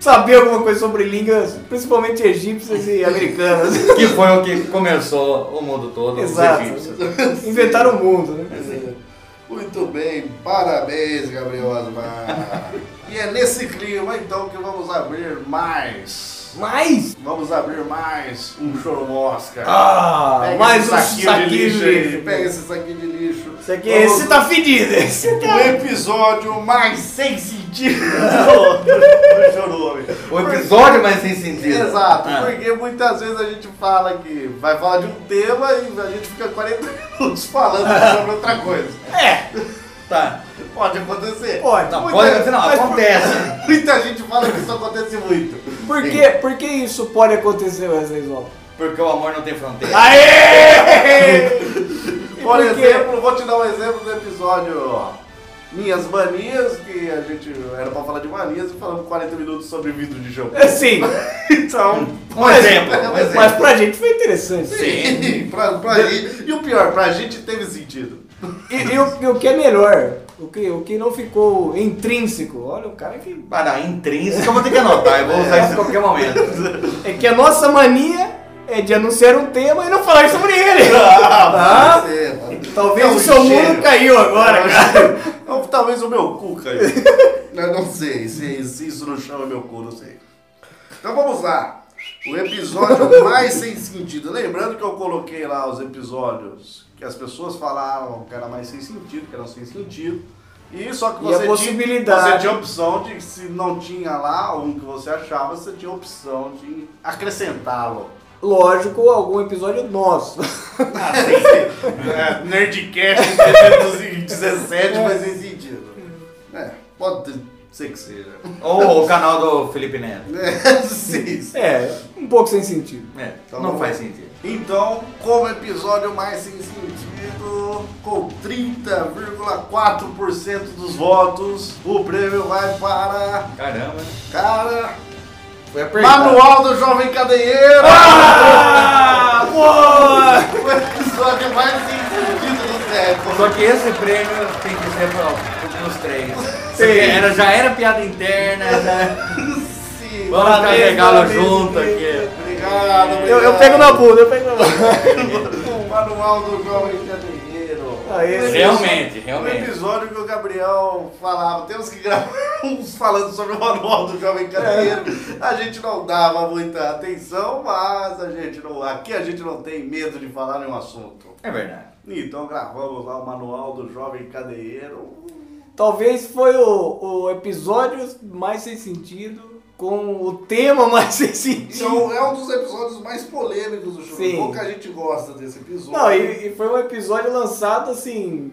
saber alguma coisa sobre línguas, principalmente egípcias e americanas. Que foi o que começou o mundo todo, Exato. os egípcios. Inventaram o mundo, né? Muito bem, parabéns, Gabriel Asmar. e é nesse clima então que vamos abrir mais. Mas, Vamos abrir mais um show Oscar. ah, É. Pega mais esse um saquinho de lixo, aí, pega esse saquinho de lixo. Isso aqui, Vamos esse tá fedido, esse O episódio mais sem sentido do do Chorume. O episódio mais sem sentido. Exato, Ah. porque muitas vezes a gente fala que vai falar de um tema e a gente fica 40 [LAUGHS] minutos falando sobre outra coisa. Tá. Pode acontecer. Pode. Não, Muita- pode acontecer, não, mas por- acontece. Muita gente fala que isso acontece muito. Por que, por que isso pode acontecer, Wesley Zol? Porque o amor não tem fronteira. [LAUGHS] Aê! por Por quê? exemplo, vou te dar um exemplo do episódio Minhas Manias, que a gente era pra falar de manias e falamos 40 minutos sobre vidro [LAUGHS] de jogo. É Sim, [LAUGHS] Então, Um exemplo, um exemplo. mas pra gente foi interessante. sim, [LAUGHS] pra, pra gente- e o pior, pra gente teve sentido. E, e o, e o que é melhor, o que, o que não ficou intrínseco, olha, o cara é que. Para, intrínseca eu vou ter que anotar, eu vou usar isso em qualquer momento. [LAUGHS] É que a nossa mania é de anunciar um tema e não falar sobre ele. Ah, [LAUGHS] Ah, você, mano. Talvez É um o seu cheiro. mundo caiu agora, cara. Ou talvez o meu cu caiu. [LAUGHS] Eu não sei se, se isso não chama meu cu, não sei. Então vamos lá. O episódio mais sem sentido. Lembrando que eu coloquei lá os episódios que as pessoas falaram que era mais sem sentido, que era sem sentido. E só que E a você, possibilidade. tinha, você tinha opção de, se não tinha lá um que você achava, você tinha opção de acrescentá-lo. Lógico, algum episódio nosso. [LAUGHS] Ah, É, Nerdcast [LAUGHS] 317 faz sem sentido. É, pode ser que seja. Ou o canal do Felipe Neto. [LAUGHS] É, sim, sim. É, um pouco sem sentido. É, Então não vamos. faz sentido. Então, como episódio mais sem sentido, com 30,4% dos votos, o prêmio vai para. Caramba. Cara. Foi apertado. Manual do Jovem Cadeieiro! [LAUGHS] Ah, boa! O episódio mais sem sentido do século. Só que esse prêmio tem que ser para os três. Porque Era, já era piada interna, já... Sim, Vamos parabéns, carregá-lo parabéns, junto obrigado, aqui. Obrigado, Eu, eu pego na bunda, eu pego na bunda. [LAUGHS] O Manual do Jovem Cadeieiro. Ah, esse- Realmente, Um realmente. episódio que o Gabriel falava, temos que gravar [LAUGHS] uns falando sobre o manual do Jovem É. Cadeiro. A gente não dava muita atenção, mas a gente não, aqui a gente não tem medo de falar nenhum assunto. É verdade. Então gravamos lá o manual do Jovem Cadeiro. Talvez foi o, o episódio mais sem sentido, com o tema mais [LAUGHS] sem sentido. Então, é um dos episódios mais polêmicos do show. Sim. Pouca gente gosta desse episódio. Não, e, e foi um episódio lançado assim.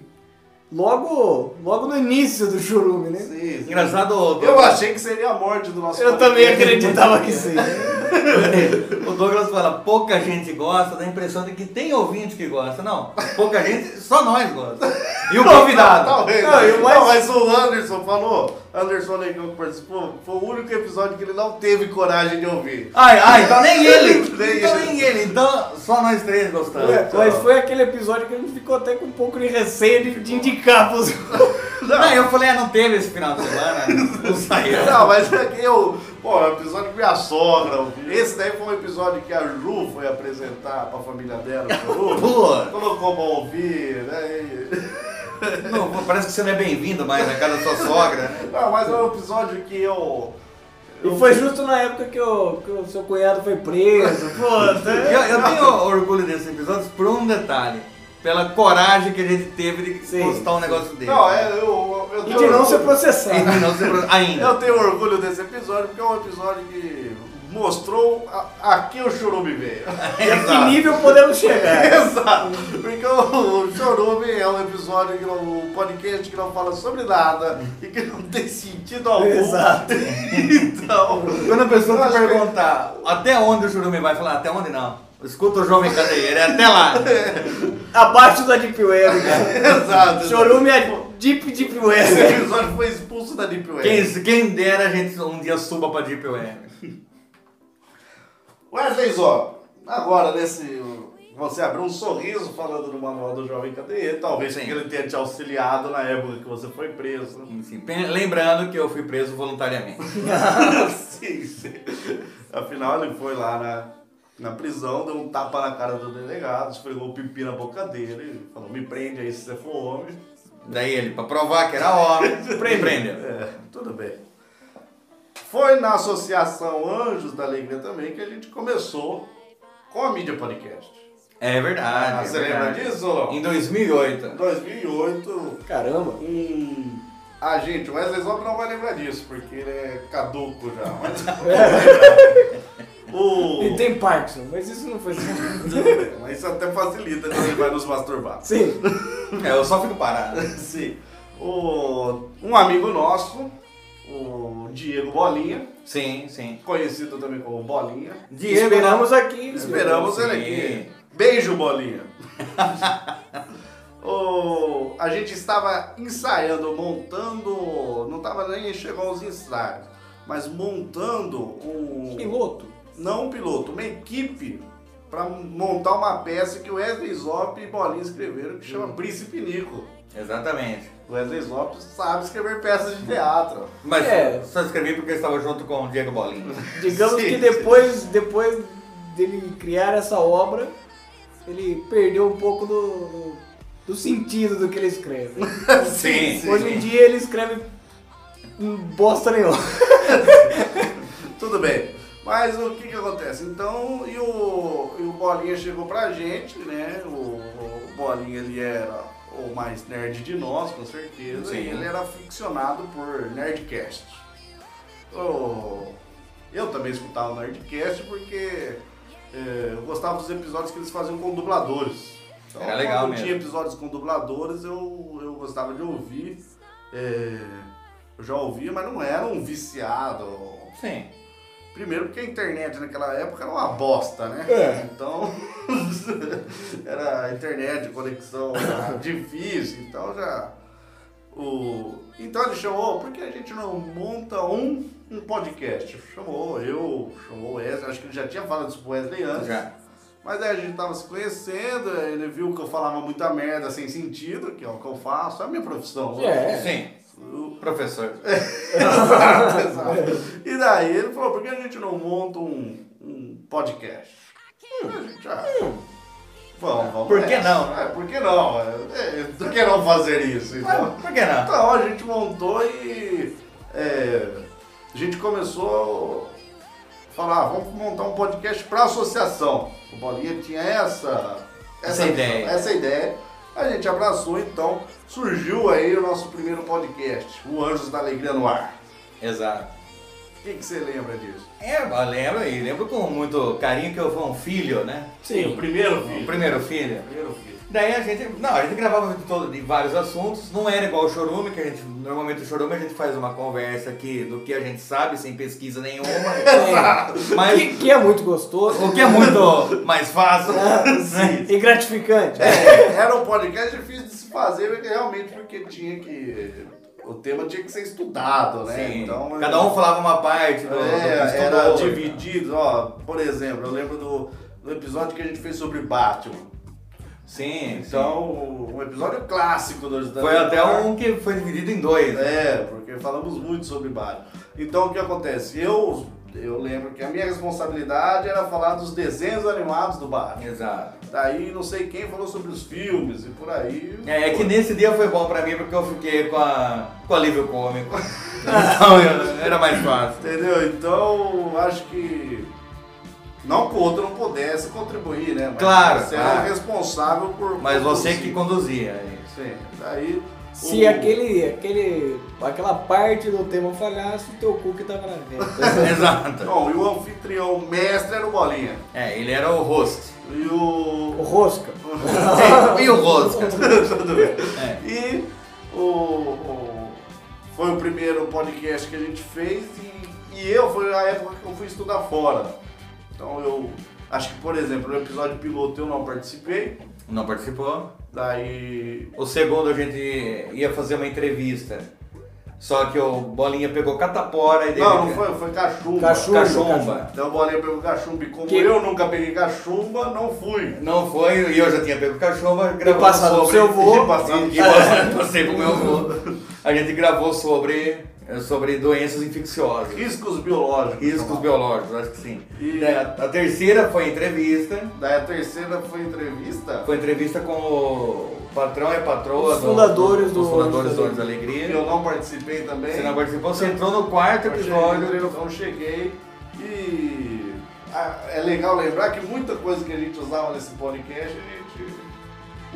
Logo, logo no início do churume, né? Sim, sim. Engraçado o Eu Douglas. achei que seria a morte do nosso Eu também podcast. acreditava que sim. [LAUGHS] O Douglas fala, pouca gente gosta, dá a impressão de que tem ouvinte que gosta. Não, pouca gente, só nós gosta. E o convidado. Talvez. Não, e o mais- Não, mas o Anderson falou, Anderson Negão que participou, foi o único episódio que ele não teve coragem de [LAUGHS] ouvir. Ai, ai, então nem ele. Nem Então ele. nem ele. Então só nós três gostamos. É, Mas foi aquele episódio que a gente ficou até com um pouco de receio de, de indicar pros. Não, eu falei, ah, não teve esse final de semana. Não saiu. Não, mas é que eu. Pô, é um episódio que minha sogra ouviu. Esse daí foi um episódio que a Ju [LAUGHS] foi apresentar pra família dela, pro Ju. Pô. Colocou pra ouvir, né? e- [LAUGHS] Não, pô, parece que você não é bem-vindo mais na casa da sua sogra. Não, mas é um episódio que eu. E foi justo na época que o, que o seu cunhado foi preso. Pô, Eu, tá- eu tenho orgulho desses episódios por um detalhe. Pela coragem que a gente teve de Sim. postar um negócio dele. Não, é, eu, eu, eu E tenho de não orgulho- ser processado. E não se pro- ainda. Eu tenho orgulho desse episódio, porque é um episódio que mostrou a, a que o Churume veio. E a que nível podemos chegar? [LAUGHS] Exato. Porque o, o Chorume é um episódio, que não, um podcast que não fala sobre nada e que não tem sentido algum. Exato. [LAUGHS] Então, Quando a Eu pessoa te acho que- perguntar até onde o churume vai, falar até onde não. Escuta o jovem cadeieiro, é [LAUGHS] até lá. Abaixo da Deep Web, [LAUGHS] cara. exato. Chorume é Deep Deep Esse Web. episódio foi expulso da Deep Web. Quem, quem dera a gente um dia suba pra Deep Web. Wesley Zó, agora nesse. Você abriu um sorriso falando no manual do Jovem Cadeia, talvez Sim. que ele tenha te auxiliado na época que você foi preso. Enfim, pe- lembrando que eu fui preso voluntariamente. sim, sim. Afinal, ele foi lá na, na prisão, deu um tapa na cara do delegado, esfregou o pipi na boca dele e falou: me prende aí se você for homem. Daí ele, pra provar que [LAUGHS] era homem, pre- prendeu. É, tudo bem. Foi na Associação Anjos da Alegria também que a gente começou com a mídia podcast. É verdade. Ah, é você lembra verdade. disso ou não? Em Em 2008. 2008, Caramba. um. Ah, gente, o Wesley Zop não vai lembrar disso, porque ele é caduco já. [LAUGHS] Mas... o... É. E tem Parkinson, mas isso não [LAUGHS] foi assim. Mas isso até facilita quando ele vai nos masturbar. Sim. É, eu só fico parado. Sim. O, um amigo nosso, o Diego Bolinha, Sim, sim. conhecido também como Bolinha. Diego, né? Esperamos aqui. Esperamos Sim. ele aqui. Beijo, Bolinha. o, a gente estava ensaiando, montando. Não estava nem chegando aos ensaios, mas montando um. Piloto. Não um piloto, uma equipe para montar uma peça que o Wesley Zop e Bolinha escreveram que chama Príncipe Nico. Exatamente. O Wesley Lopes sabe escrever peças de teatro. Mas É. só escrevi porque eu estava junto com o Diego Bolinho. Digamos Sim. que depois, depois dele criar essa obra, ele perdeu um pouco do, do, do sentido do que ele [LAUGHS] escreve. Sim, sim. Hoje em dia ele escreve um bosta nenhuma. Tudo bem. Mas o que que acontece? Então, e o, e o Bolinha chegou pra gente, né? O, o Bolinha, ele era o mais nerd de nós, com certeza. Sim. E ele era aficionado por Nerdcast. O- eu também escutava o Nerdcast porque é, eu gostava dos episódios que eles faziam com dubladores. Então, Era legal quando mesmo. tinha episódios com dubladores, eu, eu gostava de ouvir. É, eu já ouvia, mas não era um viciado. Sim. Primeiro porque a internet naquela época era uma bosta, né? É. Então [LAUGHS] era a internet, conexão era difícil, então já. O... Então ele chamou, por que a gente não monta um, um podcast? Chamou eu, chamou o Wesley, acho que ele já tinha falado isso pro Wesley antes. Já. Mas aí a gente tava se conhecendo, ele viu que eu falava muita merda sem sentido, que é o que eu faço, é a minha profissão. né? É. Sim. O- Professor. [LAUGHS] Exato, exato. E daí ele falou, por que a gente não monta um, um podcast? a gente já... Vamos, vamos. Por que nessa. não? É, por que não? É, é, por que não fazer isso? Então, Por que não? então a gente montou e é, a gente começou a falar, ah, vamos montar um podcast para associação. O Bolinha tinha essa, Essa ideia. Essa ideia. A gente abraçou, então surgiu aí o nosso primeiro podcast, o Anjos da Alegria no Ar. Exato. O que, que você lembra disso? É, eu lembro e lembro com muito carinho que eu fui um filho, né? O primeiro filho. O primeiro filho. primeiro filho. Daí a gente, não, a gente gravava de todo de vários assuntos, não era igual o chorume, que a gente, normalmente o chorume a gente faz uma conversa aqui do que a gente sabe, sem pesquisa nenhuma. [LAUGHS] mas Que, que é muito [LAUGHS] gostoso. o que é muito mais [LAUGHS] fácil. né? E gratificante. É, era um podcast difícil de se fazer, porque realmente porque tinha que... O tema tinha que ser estudado, né? Sim. Então, Cada um falava uma parte do, do que É, estudou, era né? dividido, ó, por exemplo, eu lembro do, do episódio que a gente fez sobre Batman. Sim, então. Então, tá. um episódio clássico do da- Foi até um que foi dividido em dois. né? É, porque falamos muito sobre Batman. Então, o que acontece? Eu, eu lembro que a minha responsabilidade era falar dos desenhos animados do Batman. Exato. Daí não sei quem falou sobre os filmes e por aí. É, é que nesse dia foi bom pra mim porque eu fiquei com a. com alívio [LAUGHS] cômico. Então eu- era mais fácil. Entendeu? Então, acho que. Não que o outro não pudesse contribuir, né? Mas Claro, Você claro. era responsável por. Mas você conduzir. que conduzia. é [LAUGHS] isso. Sim. Daí. Se o- aquele, aquele, aquela parte do tema falhasse, o teu cu que tava na [LAUGHS] venda. Exato. Bom, e o anfitrião, o mestre era o Bolinha. É, ele era [LAUGHS] o host. E o [LAUGHS] o. Rosca. e o Rosca. Tudo bem. É. E o, o- Foi o primeiro podcast que a gente fez e, e eu foi a época que eu fui estudar fora. Então eu. Acho que, por exemplo, no episódio piloto eu não participei. Não participou. Daí. O segundo a gente ia fazer uma entrevista. Só que o Bolinha pegou catapora e dele. Não, não foi, foi cachumba. Cachumba. Cachumba. Então o Bolinha pegou cachumba. E como Que- eu nunca peguei cachumba, não fui. Não foi, e eu já tinha pego cachumba, gravou passado pro sobre. seu vô. Tipo E assim, passado, [LAUGHS] e É. [LAUGHS] passado, passei pro meu vô. A gente gravou sobre, eh, sobre doenças infecciosas. Riscos biológicos. Riscos Então, biológicos, acho que sim. E- É, a terceira foi entrevista. Daí a terceira foi entrevista. Foi entrevista com o patrão e patroa. Os fundadores do Os fundadores do Ônibus Ônibus da Alegria. Eu não participei também. Você não participou, você entrou no quarto Eu cheguei, episódio. então cheguei e ah, é legal lembrar que muita coisa que a gente usava nesse podcast a gente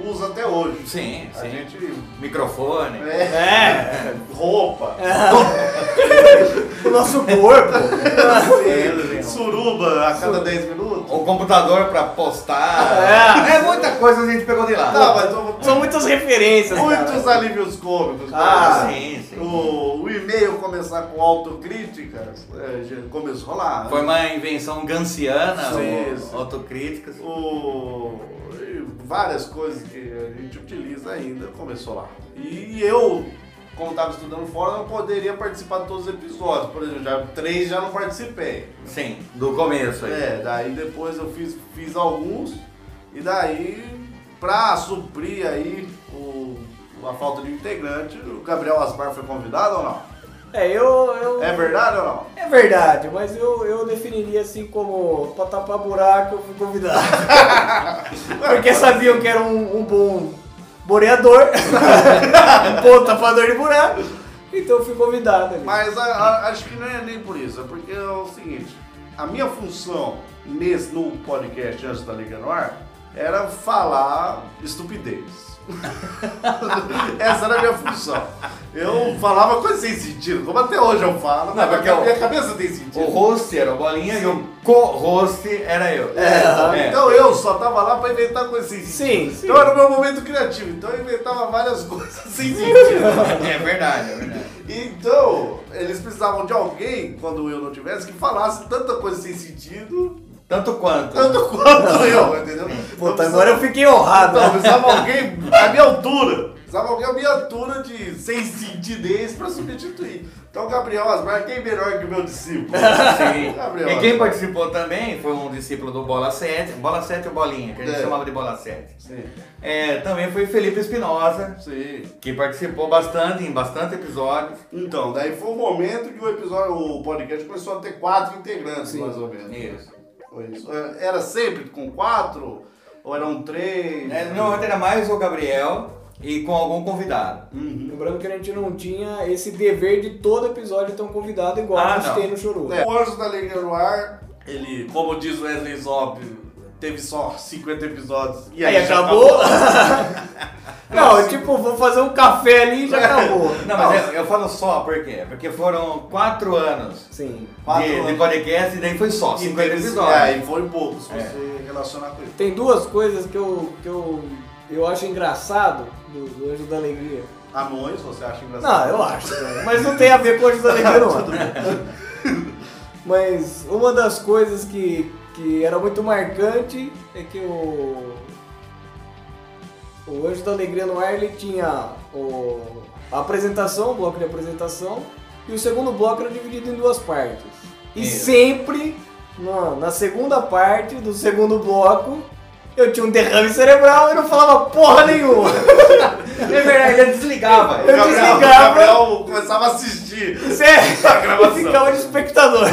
usa até hoje. Sim, A sim. gente. Microfone. É, É, roupa, É. o nosso corpo. É. assim, suruba a cada 10 minutos. O computador pra postar. É, muita coisa que a gente pegou de lá. Não, Tá, mas eu- São muitas referências, [LAUGHS] muitos alívios cômicos. né? Ah, sim, sim. O, o e-mail começar com autocrítica é, já começou lá. Foi uma invenção ganciana, Sim, o- sim. autocríticas. o, e várias coisas que a gente utiliza ainda começou lá. E eu, como estava estudando fora, não poderia participar de todos os episódios. Por exemplo, já, três já não participei. Sim, do começo Tá aí. É, daí depois eu fiz, fiz alguns e daí pra suprir aí o, a falta de integrante, o Gabriel Asmar foi convidado ou não? É, eu. eu... É verdade ou não? É verdade, mas eu, eu definiria assim como pra tapar buraco eu fui convidado. Porque sabiam que era um, um bom boreador, um bom tapador de buraco, então eu fui convidado ali. Mas a- a- acho que não é nem por isso, é porque é o seguinte, a minha função nesse, no podcast antes da Liga no Ar era falar estupidez. [LAUGHS] Essa era a minha função. Eu falava coisas sem sentido, como até hoje eu falo, mas porque a o- minha cabeça tem sentido. O host era o Bolinha e o co-host era eu. É. Então eu só tava lá pra inventar coisas sem sentido. Sim, sim. Então era o meu momento criativo, então eu inventava várias [LAUGHS] coisas sem sentido. É verdade, é verdade. Então, eles precisavam de alguém, quando eu não tivesse, que falasse tanta coisa sem sentido, Tanto quanto. tanto quanto [LAUGHS] eu, entendeu? Puta, Então, agora eu fiquei honrado. Então, precisava alguém à minha altura. Precisava alguém à minha altura de sem sentidez pra substituir. Então, Gabriel Asmar, quem melhor que o [LAUGHS] meu discípulo? Sim. [LAUGHS] Gabriel né? E quem Asmar. participou também foi um discípulo do Bola 7, Bola 7 ou Bolinha, que a gente É. chamava de Bola 7. Sim, É, também foi Felipe Espinosa, sim. que participou bastante, em bastante episódios. Então, daí foi o momento que o episódio, o podcast começou a ter quatro integrantes, mais ou menos. Isso. Foi isso. É, Era sempre com quatro? Ou eram três? É, normalmente era mais o Gabriel e com algum convidado. Uhum. Lembrando que a gente não tinha esse dever de todo episódio ter um convidado igual Ah, a gente não. tem no Choru. É, O Anjo da Alegria no Ar, ele, como diz Wesley Zop, teve só 50 episódios. E Aí já acabou. [LAUGHS] [LAUGHS] não, tipo, vou fazer um café ali e já acabou. Não, mas eu, eu falo só por quê? Porque foram quatro anos Sim. Quatro de, de anos. podcast e daí foi só, E 50 teve episódios. É, e foi pouco, se você relacionar com isso. Tem duas coisas que eu, que eu, eu acho engraçado do, do Anjo da Alegria. Anões, você acha engraçado? Não, eu acho, né? mas não tem a ver com o Anjo da Alegria, não. [LAUGHS] mas uma das coisas que, que era muito marcante é que o, o Anjo da Alegria no ar ele tinha o, a apresentação, o bloco de apresentação, e o segundo bloco era dividido em duas partes. E Isso. sempre, na, na segunda parte do segundo bloco, eu tinha um derrame cerebral e não falava porra nenhuma. É verdade, ele desligava. eu Gabriel, desligava. Gabriel começava a assistir. [LAUGHS] Sério, gravação. eu ficava de espectador.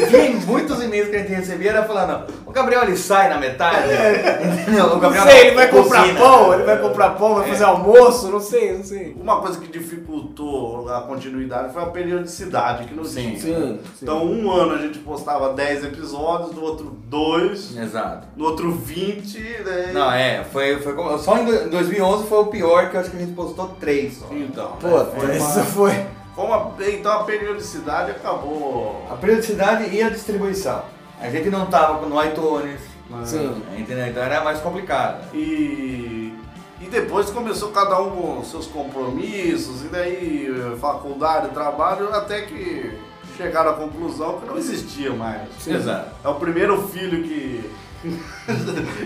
Eu tinha muitos e-mails que a gente recebia era falando, Gabriel ele sai na metade. Entendeu? O É. Não Gabriel sei, ele vai comprar cozinha. É. pão, ele vai comprar pão, vai fazer almoço, não sei, não sei. Uma coisa que dificultou a continuidade foi a periodicidade que não Sim, tinha. sim. Então, um ano a gente postava 10 episódios, no outro 2, Exato. no outro 20, né? Não, é, foi, foi como- só em do- 2011 foi o pior que eu acho que a gente postou três só. Então, Pô, é, né, foi isso foi. uma- foi uma- então a periodicidade acabou. A periodicidade e a distribuição. A gente não tava no iTunes, Sim. entendeu? Então era mais complicado. E, e depois começou cada um com seus compromissos, e daí eh, faculdade, trabalho, até que chegaram à conclusão que não existia mais. Exato. É o primeiro filho que [LAUGHS]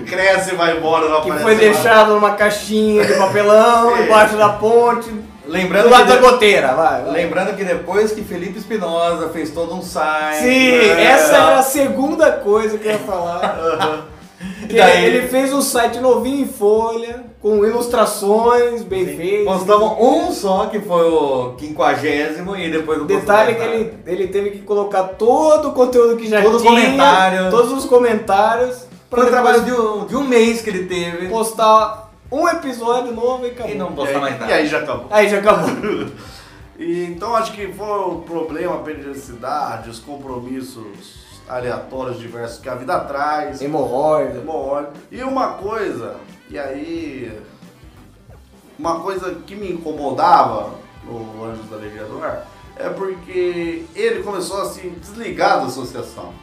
cresce e vai embora, não Que aparece foi mais. deixado numa caixinha de papelão, Sim. embaixo da ponte, do É. Lembrando lado que da de- goteira, vai. vai. Lembrando que depois que Felipe Espinosa fez todo um site. Sim, né? essa era a segunda coisa que eu ia falar. Que Daí- ele fez um site novinho em folha, com ilustrações bem feitas. Postamos um só, que foi o quinquagésimo, e depois não postamos Detalhe mais que nada. ele, ele teve que colocar todo o conteúdo que já Todo tinha, comentário. todos os comentários, pra Foi depois um trabalho de um, de um mês que ele teve. postar um episódio novo e acabou. E não E postar mais aí, e nada. aí já acabou. [LAUGHS] Aí já acabou. E, então acho que foi o problema, a periodicidade, os compromissos aleatórios diversos que a vida traz. Hemorroida. Bom, olha, É E uma coisa, e aí. Uma coisa que me incomodava no Anjos da Alegria do Ar é porque ele começou a se desligar da associação.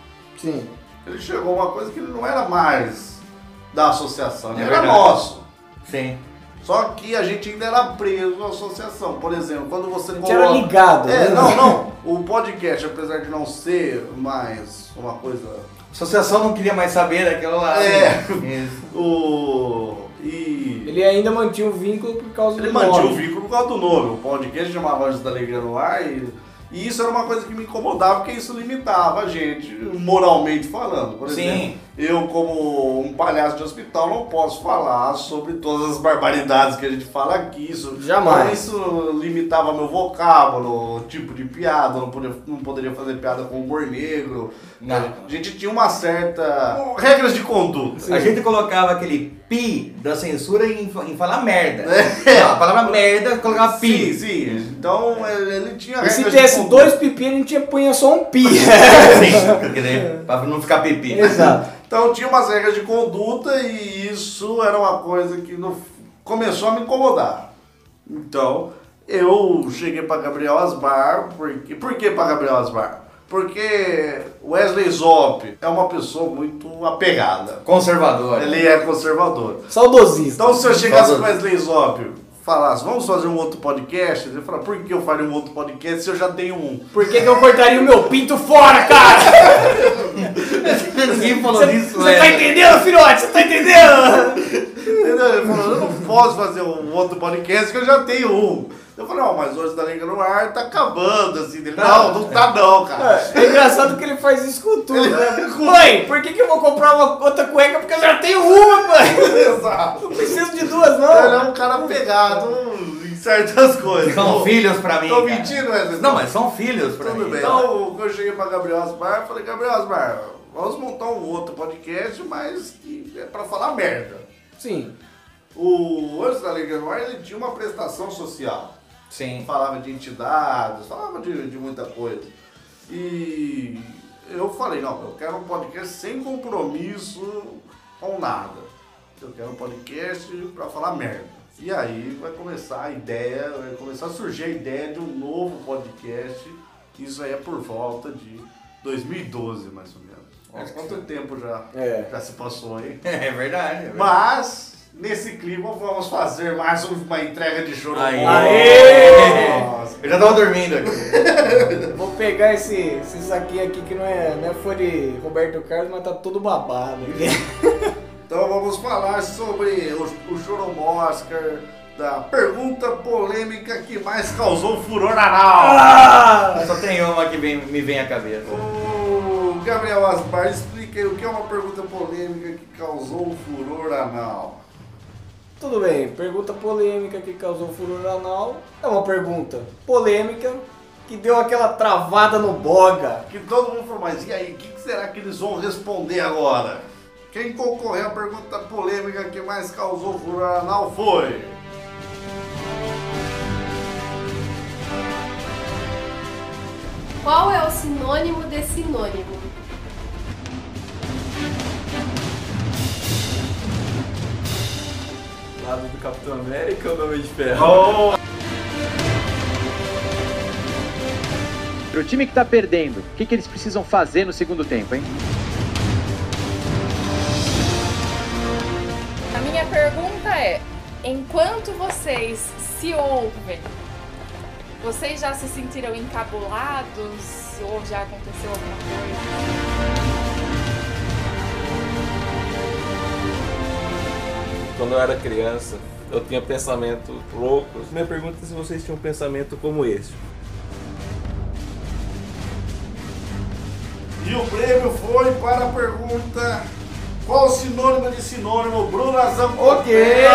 Sim. Ele chegou a uma coisa que ele não era mais da associação, ele É era verdade. nosso. Sim. Só que a gente ainda era preso à associação. Por exemplo, quando você A gente era ligado, É, né? não, não. O podcast, apesar de não ser mais uma coisa A associação não queria mais saber daquilo lá. assim, É. Isso. O. E. Ele ainda mantinha o vínculo por causa Ele do mantinha nome. o vínculo por causa do nome. O podcast chamava Anjos da Alegria no ar e. E isso era uma coisa que me incomodava, porque isso limitava a gente, moralmente falando. Por Sim. exemplo, eu, como um palhaço de hospital, não posso falar sobre todas as barbaridades que a gente fala aqui. Isso, Jamais. Isso limitava meu vocábulo, o tipo de piada, eu não poderia, não poderia fazer piada com humor negro. Não. A gente tinha uma certa. regras de conduta. A gente colocava aquele pi da censura em, em falar merda. É. Não, a palavra merda colocava Sim, pi. sim. Então ele ele tinha E se regras tivesse de dois conduta. pepinos, a gente punha só um pi. Sim, porque daí, pra não ficar pipi. [LAUGHS] Exato. Então tinha umas regras de conduta e isso era uma coisa que no- começou a me incomodar. Então eu cheguei pra Gabriel Asbar, porque por que pra Gabriel Asbar? Porque Wesley Zop é uma pessoa muito apegada. Conservador. Ele é conservador. Saudosista. Então se eu chegasse Falou. com Wesley Zop falasse, vamos fazer um outro podcast, ele fala, por que eu faria um outro podcast se eu já tenho um? Por que, que eu cortaria o meu pinto fora, cara? Ninguém falou disso, Você tá né? entendendo, filhote? Você tá entendendo? Entendeu? Ele falou, eu não posso fazer um outro podcast que eu já tenho um. Eu falei, não, mas hoje da Liga no ar tá acabando, assim. Dele, não, não tá não, cara. É engraçado que ele faz isso com tudo, né? Mãe, por que, que eu vou comprar uma outra cueca? Porque eu já tenho uma, mãe. Exato. Não preciso de duas, Ele é É. não. um cara pegado em certas coisas. São Tô- filhos pra mim. Tô cara. mentindo, Wesley. Então, Não, mas são filhos pra Tudo mim. bem. Então, quando eu cheguei pra Gabriel Asmar, eu falei, Gabriel Asmar, vamos montar um outro podcast, mas que é pra falar merda. Sim. O Anjos da Liga no ar, ele tinha uma prestação social. Sim. falava de entidades, falava de, de muita coisa. E eu falei, não, eu quero um podcast sem compromisso com nada. Eu quero um podcast pra falar merda. E aí vai começar a ideia, vai começar a surgir a ideia de um novo podcast. Isso aí é por volta de 2012, mais ou menos. Mas quanto tempo já, É. já se passou aí? [LAUGHS] É verdade. é verdade. Mas, nesse clima, vamos fazer mais uma entrega de choro. Aí. Aê! Nossa. Eu já tava dormindo aqui. Vou pegar esse, esse saquinho aqui que não é, não é fã de Roberto Carlos, mas tá [LAUGHS] todo babado. Então vamos falar sobre o, o Chorom Oscar, da pergunta polêmica que mais causou furor anal. Ah! Só tem uma que vem- me vem à cabeça. O Gabriel Asbar explica aí o que é uma pergunta polêmica que causou um furor anal. Tudo bem, pergunta polêmica que causou furor anal. É uma pergunta polêmica que deu aquela travada no boga. Que todo mundo falou, mas e aí, o que, que será que eles vão responder agora? Quem concorreu à pergunta polêmica que mais causou furor anal foi. Qual é o sinônimo de sinônimo? Lado do Capitão América ou do Homem de Ferro? Pro time que tá perdendo, o que, que eles precisam fazer no segundo tempo, hein? A minha pergunta é: enquanto vocês se ouvem, vocês já se sentiram encabulados ou já aconteceu alguma coisa? Quando eu era criança, eu tinha pensamentos loucos. Minha pergunta é se vocês tinham um pensamento como esse. E o prêmio foi para a pergunta: qual o sinônimo de sinônimo? Bruna Zampo. Ok! É!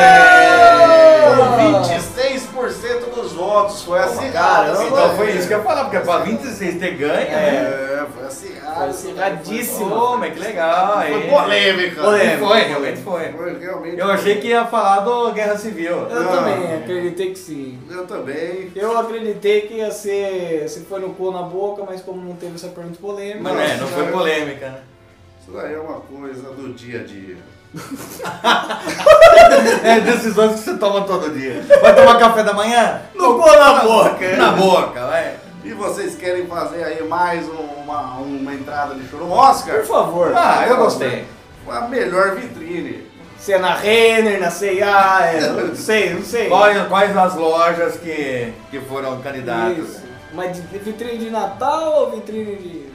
É! Com 26% dos votos. Foi acirrado. caramba, então foi isso que eu ia falar, porque pra 26 ter ganha, né? É, foi né? acirrado. Foi acirradíssimo. Pô, mas que legal. Foi hein? polêmica. Polêmica, Foi, realmente foi. Foi realmente. Eu achei que ia falar do Guerra Civil. Eu também acreditei que sim. um- Eu também. Eu acreditei que ia ser se foi no cu ou na boca, mas como não teve essa pergunta polêmica. Mas né, não foi polêmica, né? Isso daí é uma coisa do dia a dia. É decisões que você toma todo dia. Vai tomar café da manhã? No cu na boca. Na boca, vai. E vocês querem fazer aí mais um- uma, uma entrada de show no Oscar? Por favor. Ah, eu gostei. A melhor vitrine. Se é na Renner, na C&A, é, [LAUGHS] não sei, não sei. Quais, quais as lojas que, que foram candidatas? Isso. Mas de- de vitrine de Natal ou vitrine de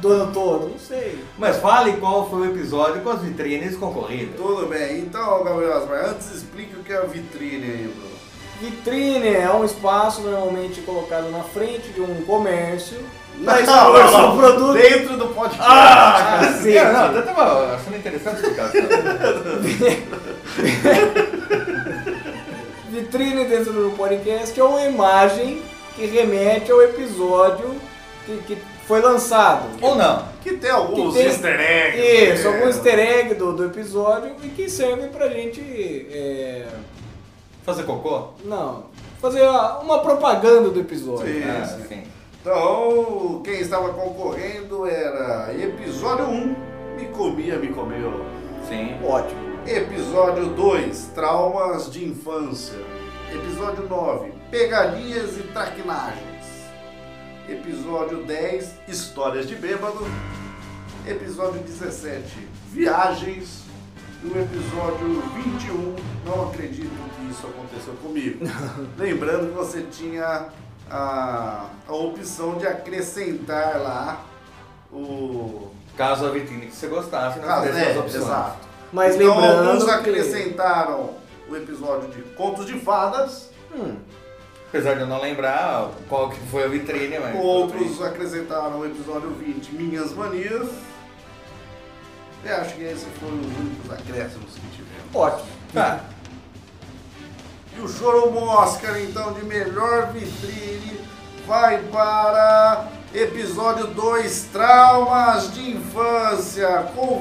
do ano todo? Não sei. Mas fale qual foi o episódio com as vitrines concorridas. Tudo bem. Então, Gabriel Asmar, antes explique o que é a vitrine aí, Bruno. Vitrine é um espaço normalmente colocado na frente de um comércio. [LAUGHS] Pra Não, expor não, seu não. é um produto. Ah! Dentro do podcast. Cacete. Ah, Cara, não, eu tava achando interessante explicar isso. Vitrine dentro do podcast é uma imagem que remete ao episódio que, que foi lançado. [LAUGHS] Ou não. Que tem alguns Que tem- easter eggs. né? Isso, algum easter egg do, do episódio e que serve pra gente. é, Fazer cocô? não. Fazer a- uma propaganda do episódio. Sim. Ah, Isso. sim. Então, quem estava concorrendo era episódio 1, Me Comia, Me Comeu. Sim. Ótimo. Episódio 2, Traumas de Infância. Episódio 9, Pegadinhas e Traquinagens. Episódio 10, Histórias de Bêbado. Episódio 17, Viagens. E o episódio 21, Não Acredito que Isso Aconteceu [LAUGHS] Comigo. Lembrando que você tinha a, a opção de acrescentar lá o. Caso a vitrine que você gostasse, não Ah, tivesse é, as opções. exato. Mas então, lembrando. alguns que- acrescentaram o episódio de Contos de Fadas, Hum, Apesar de eu não lembrar qual que foi a vitrine, É, mas. outros acrescentaram o episódio 20, Minhas Manias. Eu acho que esses foram os únicos acréscimos que tivemos. ótimo. Tá. E o Choro Oscar, então, de melhor vitrine, vai para episódio 2, Traumas de Infância, com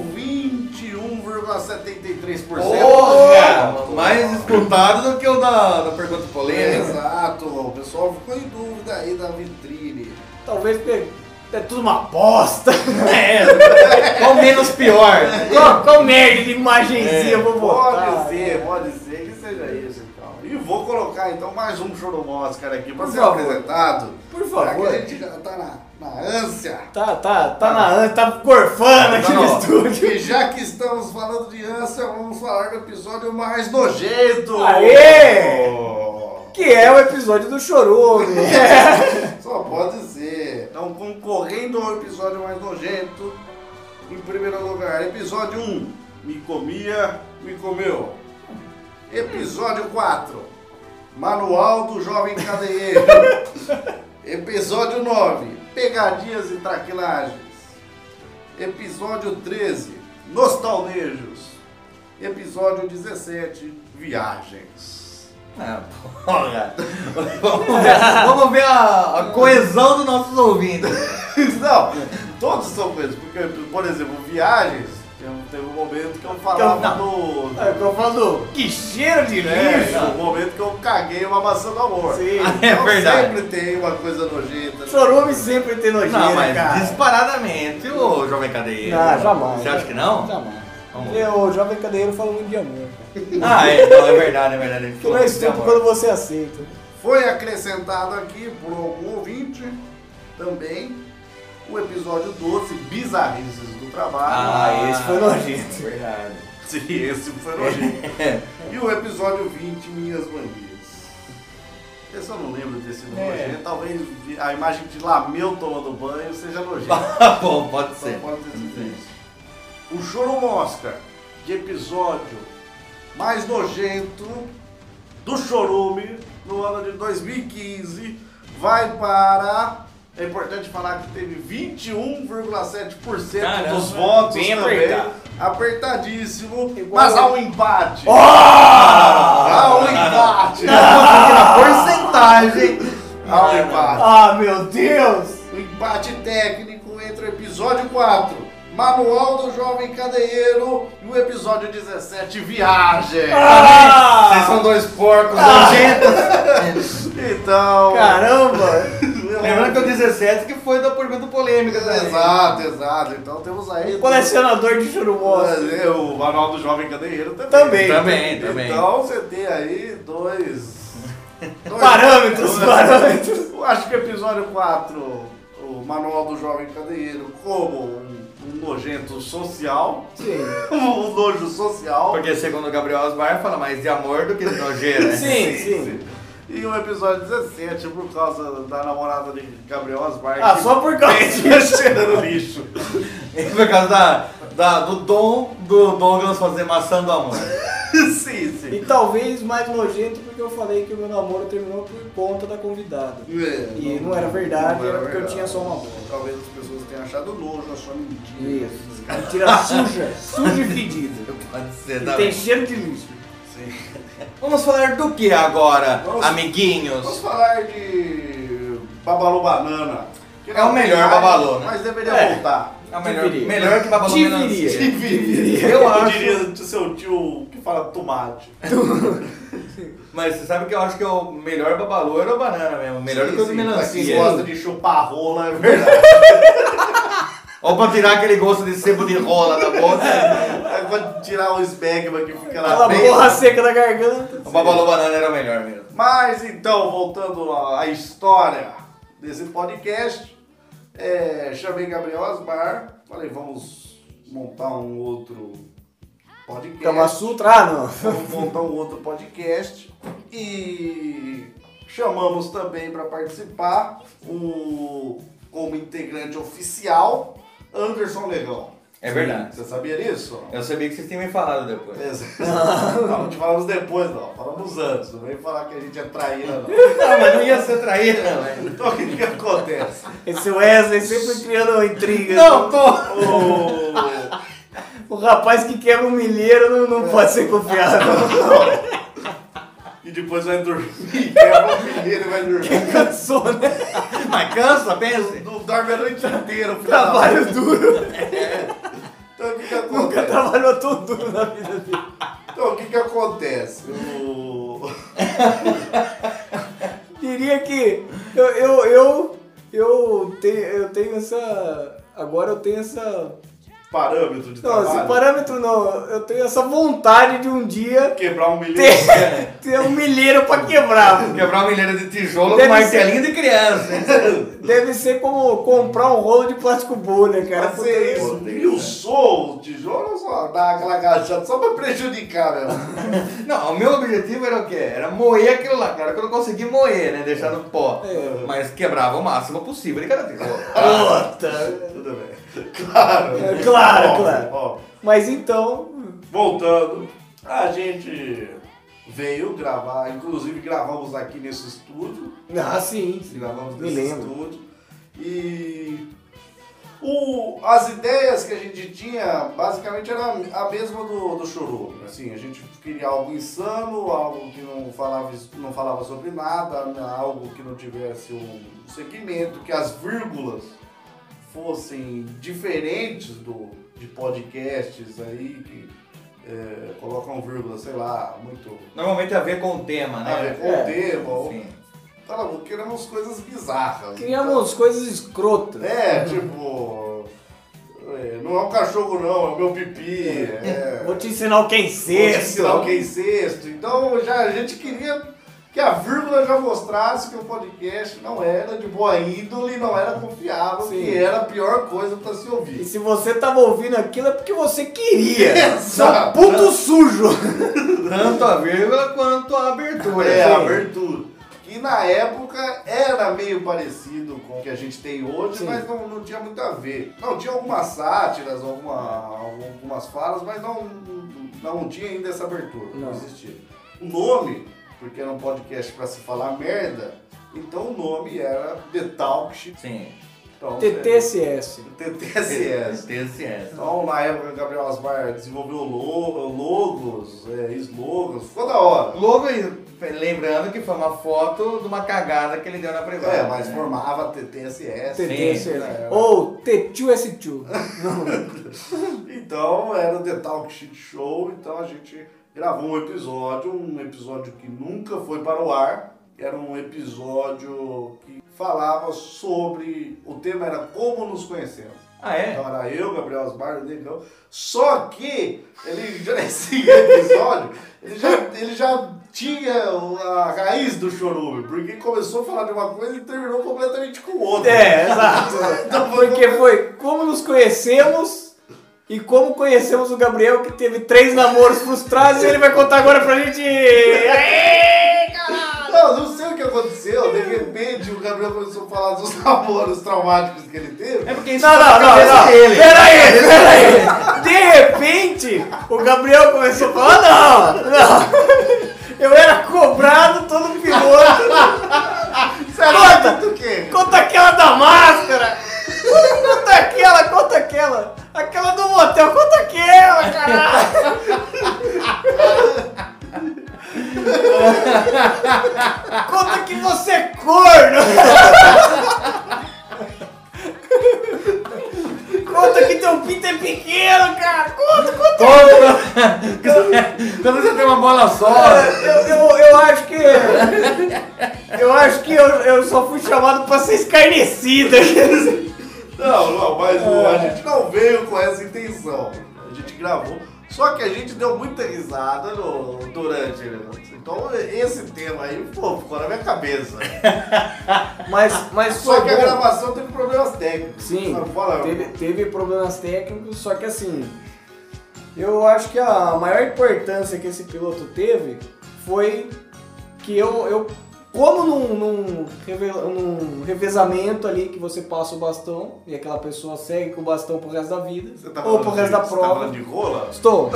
21,73%. Porra! É, Mais disputado do que o da, da pergunta polêmica. Exato, o pessoal ficou em dúvida aí da vitrine. Talvez pe- é tudo uma [LAUGHS] aposta. É, qual menos pior? qual, qual merda de É. imagenzinha eu vou né? botar? É, Pode ser, pode ser que seja isso então. E vou colocar então mais um choromós, cara, aqui pra Por ser favor. apresentado. Por Já que favor. a gente já tá na, na [LAUGHS] ânsia. Tá, tá, tá na anta, tá corfando aqui Tá no não. estúdio. E já que estamos falando de ânsia, vamos falar do episódio mais nojento. Aê! Que é o episódio do chorume. [LAUGHS] Só pode ser. Então, concorrendo ao episódio mais nojento, em primeiro lugar, episódio 1, Me Comia, Me Comeu. Episódio 4, Manual do Jovem Cadeieiro. episódio 9, Pegadinhas e Traquilagens. Episódio 13, Nostalnejos. Episódio 17, Viagens. Ah, porra! Vamos ver, vamos ver a, a coesão dos nossos ouvintes. [LAUGHS] Não, Todos são coisas, porque, por exemplo, viagens, eu- teve um momento que eu falava do. É, que eu falo É. do. Que cheiro de lixo! O um momento que eu caguei uma maçã do amor. Sim, [LAUGHS] É verdade. Sempre tem uma coisa nojenta. Chorume sempre tem nojeira, Não, mas cara. disparadamente, ô jovem cadeia. Não, jamais. Você acha que não? Jamais. Vamos. Porque o jovem cadeiro fala muito de amor. Ah, é, não, é verdade, é verdade. Ele Que não falou é muito de estúpido amor. quando você aceita. Foi acrescentado aqui por algum ouvinte também o episódio 12, Bizarrices do Trabalho. Ah, esse foi nojento. é Verdade. [LAUGHS] [LAUGHS] Sim, esse foi nojento. E o episódio 20, Minhas Manias. Esse eu não lembro desse nome. É. nojento. Talvez a imagem de Lameu tomando banho seja nojento. Ah, Bom, pode ser. Pode ter sido isso. O Choro Mosca, de episódio mais nojento do Chorume, no ano de 2015, vai para... É importante falar que teve 21,7% Caramba, dos votos bem também. apertado. Oh! Apertadíssimo, mas há um empate. há um empate. Ah, porcentagem. Há um empate. Ah, meu Deus! O empate técnico entre o episódio 4, Manual do Jovem Cadeiro, e o episódio 17, Viagem. Ah, Vocês são dois porcos nojentos. Então. Caramba! Lembrando que o 17 que foi da pergunta polêmica. né? também. Exato, exato. Então temos aí. Colecionador de churumos. É, O Manual do Jovem Cadeiro também. Também. Também, também. Então você tem aí dois. dois- [LAUGHS] Parâmetros, parâmetros. Eu acho que o episódio 4, o Manual do Jovem Cadeiro, como um, um nojento social. Sim. um nojo social. Porque segundo o Gabriel Osmar, fala mais de amor do que de nojeira. né? Sim, sim. assim, E o episódio 17, por causa da namorada de Gabriel Osmar. Ah, que [LAUGHS] um só por causa tem disso. cheirando lixo. É Por causa da, da- do dom do Douglas fazer maçã do amor. sim, E sim. talvez mais nojento porque eu falei que o meu namoro terminou por conta da convidada. É, E não era verdade, [LAUGHS] não era porque eu verdade. tinha só uma bola. Talvez as pessoas tenham achado nojo, a sua mentira. Isso. Mentira suja, suja e fedida. Pode ser, E tá tem bem. cheiro de lixo. Sim. Vamos falar do que agora, Vamos- Vamos amiguinhos? falar de Babalu Banana. que É o melhor verdade, Babalu, né? Mas deveria É. voltar. É o melhor, Deveria. melhor que Babalu Deveria. Melancia. Deveria. Eu Eu acho- diria do seu tio que fala tomate. Mas você sabe que eu acho que é o melhor Babalu era o banana mesmo. Melhor Sim, do que o sim, melancia. Quem gosta de chupar [LAUGHS] rola, é verdade. Ou pra tirar aquele gosto de sebo de rola da [LAUGHS] boca. Eu vou tirar o esbegma que fica Tá lá Aquela dentro. borra seca da garganta. o Babalu banana era o melhor mesmo. Mas então, voltando à à história desse podcast, é, chamei Gabriel Asmar, falei, vamos montar um outro podcast. Kama Sutra, ah não. Vamos montar um outro podcast. E chamamos também para participar o como integrante oficial Anderson Legrão. É verdade. É Você sabia disso? Eu sabia que vocês tinham me falado depois. Exato. [LAUGHS] Não, não te falamos depois, não. Falamos antes. Não vem falar que a gente é traíra, não. Não, mas não ia ser traíra, velho. Então o que, que acontece? Esse é Wesley sempre criando intrigas. Não, tô. O- O rapaz que quebra um milheiro É. não, não pode ser confiado. [LAUGHS] E depois vai dormir, [LAUGHS] é quebra o milheiro e vai dormir. Cansou, né? Mas cansa, pensa. Não dorme a noite inteira, filho da puta. Trabalho duro. Então o que, que Nunca acontece? trabalhou tão duro na vida dele. Então o que, que acontece? O- Diria que eu, eu, eu, eu, tenho, eu tenho essa. Agora eu tenho essa. Parâmetro de Não, esse trabalho. parâmetro não. Eu tenho essa vontade de um dia Quebrar um milheiro. [LAUGHS] ter, ter um milheiro pra quebrar. Quebrar um uma milheira de tijolo Deve com martelinho de criança. Deve ser como comprar um rolo de plástico bolha, cara. Mas é Porque- isso. Milçou o tijolo só dá aquela agachada só pra prejudicar mesmo. Não, o meu objetivo era o quê? Era moer aquilo lá. Claro que eu não consegui moer, né? Deixar no pó. É. Mas quebrava o máximo possível de cada tijolo. Puta! Tudo bem. Claro. É, claro, Óbvio, claro. óbvio. Mas então. Voltando, a gente veio gravar, inclusive gravamos aqui nesse estúdio. Ah, sim. Gravamos Me nesse lembro. estúdio. E o, as ideias que a gente tinha basicamente era a mesma do, do Churu. Assim, a gente queria algo insano, algo que não falava, não falava sobre né, nada, algo que não tivesse um segmento, que as vírgulas fossem diferentes do, de podcasts aí que é, colocam vírgula, sei lá, muito. [LAUGHS] Normalmente tem a ver com o tema, né? A ver com É. o tema. ou- Sim. Tá bom, queremos coisas bizarras. Criamos coisas escrotas. É, tipo. é, não é um cachorro, não, é o meu pipi. é. Vou te ensinar o que é incesto. Vou te ensinar o que é incesto. Então já, a gente queria que a vírgula já mostrasse que o podcast não era de boa índole, não era confiável, Sim. que era a pior coisa pra se ouvir. E se você tava ouvindo aquilo é porque você queria. São Exato. puto sujo. Tanto a vírgula quanto a abertura. É, Sim. a abertura. Que na época era meio parecido com o que a gente tem hoje, Sim. mas não, não tinha muito a ver. Não, tinha algumas sátiras, alguma- algumas falas, mas não, não tinha ainda essa abertura, não, Não. existia. O nome, porque era um podcast pra se falar merda, então o nome era The Talk Shit. Sim. Então, TTCS. é, TTCS. TCS. Então, na época, o Gabriel Asmar desenvolveu lo- logos, é, slogans, ficou da hora. Logo, aí, lembrando que foi uma foto de uma cagada que ele deu na privada. É, mas né? formava TTSS. TTCS. né? Ou T2S2. Então era o The Talk Shit Show, então a gente gravou um episódio, um episódio que nunca foi para o ar. Era um episódio que falava sobre. O tema era como nos conhecemos. Ah, é? Então era eu, Gabriel Osmar, o Negão. Só que ele já, [LAUGHS] esse episódio, ele já, ele já tinha o- a raiz do chorume, porque começou a falar de uma coisa e terminou completamente com outra. É, exato. Então foi Porque foi como nos conhecemos e como conhecemos o Gabriel, que teve três namoros frustrados, e ele vai contar agora pra gente. Não, não sei o que aconteceu. De repente o Gabriel começou a falar dos [LAUGHS] namoros traumáticos que ele teve. É porque isso Não, tá não, na não, cabeça não. dele. Pera aí, pera aí. De repente, o Gabriel começou a falar: não, não. Eu era cobrado todo piloto. Conta, Do quê? conta aquela da [LAUGHS] máscara. Conta aquela, conta aquela. Aquela do motel, conta aquela, caralho. Conta que você é corno! Conta que teu pinto é pequeno, cara! Conta, conta! É, Quando, quando [LAUGHS] você tem uma bola só. Eu, eu, eu acho que. Eu acho que eu, eu só fui chamado pra ser escarnecida. Não, não, mas o- a gente não veio com essa intenção. A gente gravou. Só que a gente deu muita risada no, durante. né? Então esse tema aí, pô, ficou na minha cabeça. Mas, mas Só que a bom. gravação teve problemas técnicos. Sim, Sabe, fala, teve, teve problemas técnicos, só que assim, eu acho que a maior importância que esse piloto teve foi que eu, eu como num, num, reve- num revezamento ali que você passa o bastão e aquela pessoa segue com o bastão pro resto da vida, Você tá ou falando pro resto de- da você tá prova. falando de rola? [LAUGHS] Estou.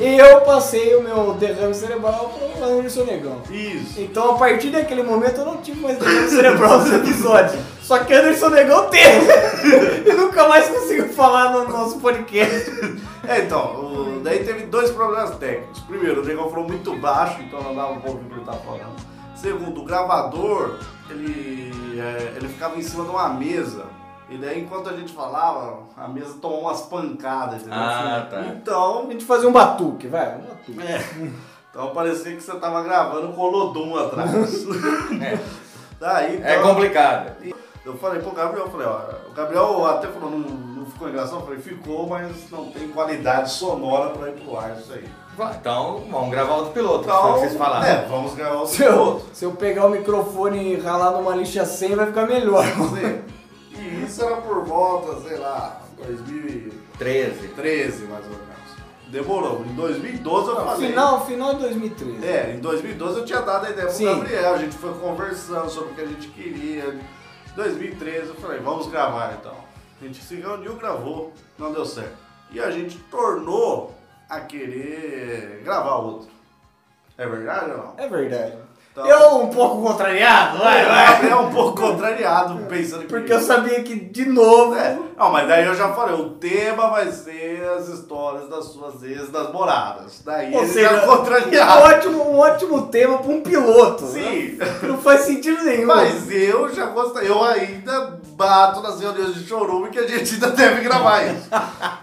e eu passei o meu derrame cerebral pro Anderson Negão. Isso. Então a partir daquele momento eu não tive mais derrame cerebral [LAUGHS] nesse episódio. Só que Anderson Negão teve. [LAUGHS] e nunca mais consigo falar no nosso podcast. É, então, o- daí teve dois problemas técnicos. Primeiro, o Negão falou muito baixo, então não dava pra ouvir o que ele tava falando. Segundo, o gravador, ele, é, ele ficava em cima de uma mesa. E daí, enquanto a gente falava, a mesa tomou umas pancadas. entendeu? Ah, Assim, tá. Então, A gente fazia um batuque, vai, um batuque. é, então parecia que você tava gravando com o Lodum [LAUGHS] atrás. É. Daí, É então, complicado. eu falei pro Gabriel, eu falei, ó, o Gabriel até falou, não, não ficou engraçado, eu falei, ficou, mas não tem qualidade sonora pra ir pro ar isso aí. Vai, Então, vamos gravar outro piloto, que foi o Então, que vocês falaram. é, vamos gravar o Se eu, segundo. se eu pegar o microfone e ralar numa lixa 100 vai ficar melhor. E isso era por volta, sei lá, 2013, 13. mais ou menos. Demorou. Em 2012 eu falei. Final, final de 2013. Tá É, em 2012 eu tinha dado a ideia pro Sim. Gabriel, a gente foi conversando sobre o que a gente queria. Em 2013 eu falei, vamos gravar então. A gente se reuniu, gravou, não deu certo. E a gente tornou a querer gravar outro. É verdade ou não? Então, É verdade. Tá. Eu um pouco contrariado, vai, O vai. Gabriel é um pouco contrariado pensando que. Porque eu sabia que, de novo, É. Não, mas daí eu já falei, o tema vai ser as histórias das suas ex-namoradas. Daí Ou ele seja, [LAUGHS] já um contrariado. ótimo, um ótimo tema pra um piloto. Sim. né? Não faz sentido nenhum. Mas eu já gostei, eu ainda bato nas reuniões de showroom que a gente ainda deve [LAUGHS] gravar isso.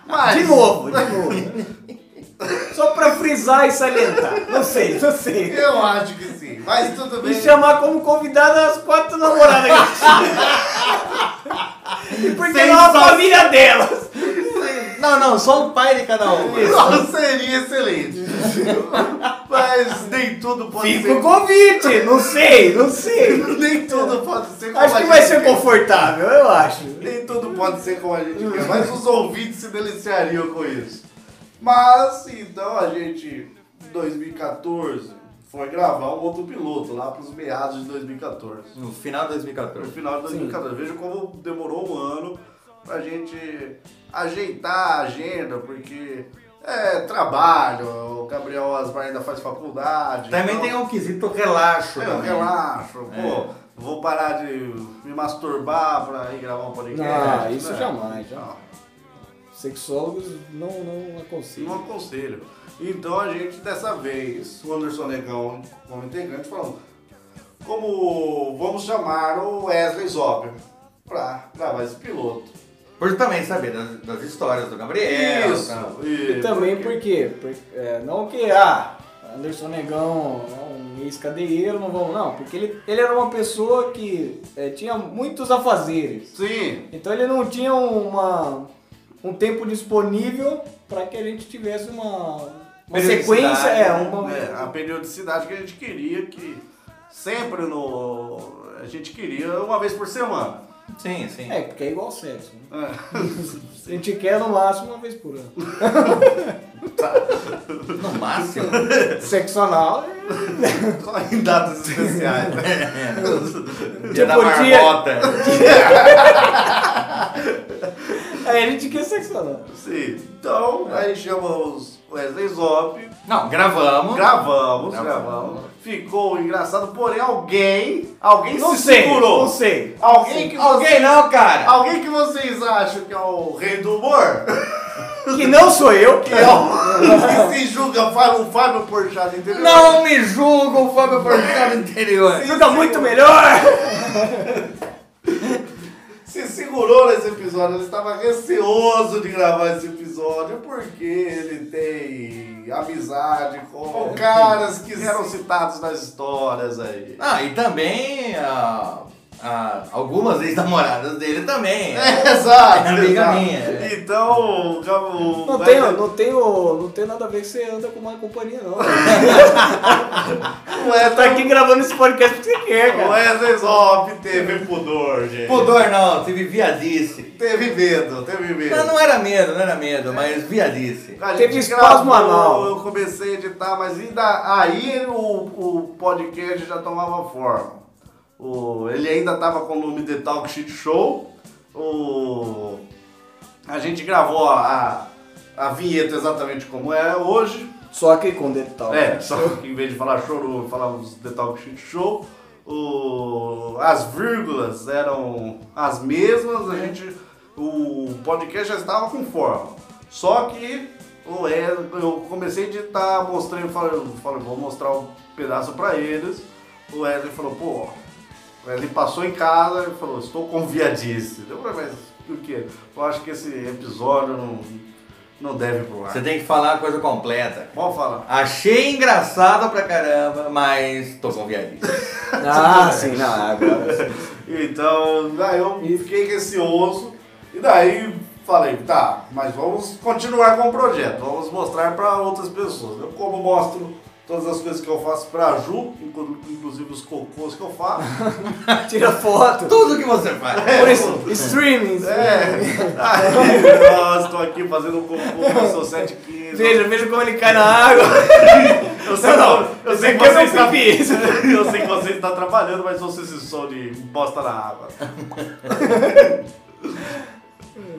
Mas, De novo, de novo. Só pra frisar e salientar. Não sei, não sei. [LAUGHS] Eu acho que sim, mas tudo bem. Me chamar como convidada as quatro namoradas que eu tinha. E porque não a Sensacional. família delas. Não, não, só o pai de cada um. Não, seria excelente. [LAUGHS] mas nem tudo pode Fica ser. o convite. Não sei, não sei. [LAUGHS] Nem tudo pode ser como Acho a que vai gente ser quer. confortável, eu acho. Nem tudo pode ser como a gente quer, mas os ouvintes se deliciariam com isso. Mas então a gente, em 2014, foi gravar um outro piloto lá pros meados de 2014. No final de No 2014. É final de 2014. Veja como demorou um ano pra gente ajeitar a agenda, porque é trabalho, o Gabriel Osmar ainda faz faculdade. Também então- tem um quesito relaxo. eu também. relaxo, É. pô. Vou parar de me masturbar pra ir gravar um podcast. Ah, Não, isso né? jamais, jamais. Não. Sexólogos não, não aconselham. Não aconselho. Então a gente, dessa vez, o Anderson Negão, como integrante, falou: como vamos chamar o Wesley Zop pra gravar esse piloto? Por também saber das, das histórias do Gabriel. isso, tal. e E também por quê? Por- é, não que, ah, Anderson Negão é um ex-cadeieiro, não vamos, não. Porque ele, ele era uma pessoa que é, tinha muitos afazeres. Sim, Então ele não tinha uma, um tempo disponível para que a gente tivesse uma, uma Periodicidade, sequência, é, uma, né, a periodicidade que a gente queria que sempre no. A gente queria uma vez por semana. [LAUGHS] Sim, sim. É, porque é igual sexo. Né? É. [LAUGHS] A gente quer no máximo uma vez por ano. [LAUGHS] No máximo. Tipo, sexo anal é Só em [LAUGHS] datas especiais. né? Dia da Tipo, dia- marmota. Aí a gente quer sexo anal. Sim. Então, É. aí chamamos o Wesley Zop, Não, gravamos. gravamos, Gravamos. gravamos. Ficou engraçado, porém alguém, alguém Não se sei, segurou. não sei. Alguém que Alguém não, cara. Alguém que vocês acham que é o rei do humor, Que não sou eu, que que é o que se julga Fábio, Fábio Porchat, entendeu? Não me julga o Fábio Porchat do interior. Ajuda muito melhor! Se segurou nesse episódio, ele estava receoso de gravar esse episódio, porque ele tem amizade com caras que eram citados nas histórias aí. Ah, e também ah, ah, algumas ex-namoradas dele também. É, [LAUGHS] exato. É amiga exato. minha, é. Então, o Gabo- Não vai- né? tem, não tem, o- não tem nada a ver que você anda com uma companhia, [LAUGHS] não. Você o Ed- tá aqui gravando esse podcast porque você quer, o cara. Wesley Zop teve pudor, gente. Pudor não, teve viadice. Teve medo, teve medo. Não, não era medo, não era É. medo, mas viadice. A Teve gente espasmo gravou, anal. Eu comecei a editar, mas ainda aí o, o podcast já tomava forma. O, ele ainda tava com o nome de Talk Shit Show. O, a gente gravou a, a, a vinheta exatamente como é hoje. Só que tá com detalhe. É, só que em vez de falar chorou, falávamos The Talk Shit Show. O- as vírgulas eram as mesmas, a gente. O podcast já estava com forma. Só que o Wesley- eu comecei a editar, mostrei, falei, falei, vou mostrar um pedaço pra eles. O Wesley falou, pô, o Wesley passou em casa e falou, estou com viadice. Eu falei, mas o quê? Eu acho que esse episódio não, não deve pro Você ar. tem que falar a coisa completa. Vamos falar. Achei engraçado pra caramba, mas tô com viadice. Ah, sim, não, agora sim. Então, daí eu fiquei receoso e daí falei, tá, mas vamos continuar com o projeto, vamos mostrar para outras pessoas. Eu como mostro todas as coisas que eu faço pra Ju, inclu- inclusive os cocôs que eu faço. Tira foto. Tudo que você faz. [LAUGHS] Por isso, [LAUGHS] streamings. É, [LAUGHS] aí, nós estou aqui fazendo um cocô, eu sou 715. Veja, veja como ele cai na água. [LAUGHS] Eu sei, Não, que- eu sei que esse aqui você é meu está pipi. [LAUGHS] Eu sei que você está trabalhando, mas ouça esse som de bosta na água.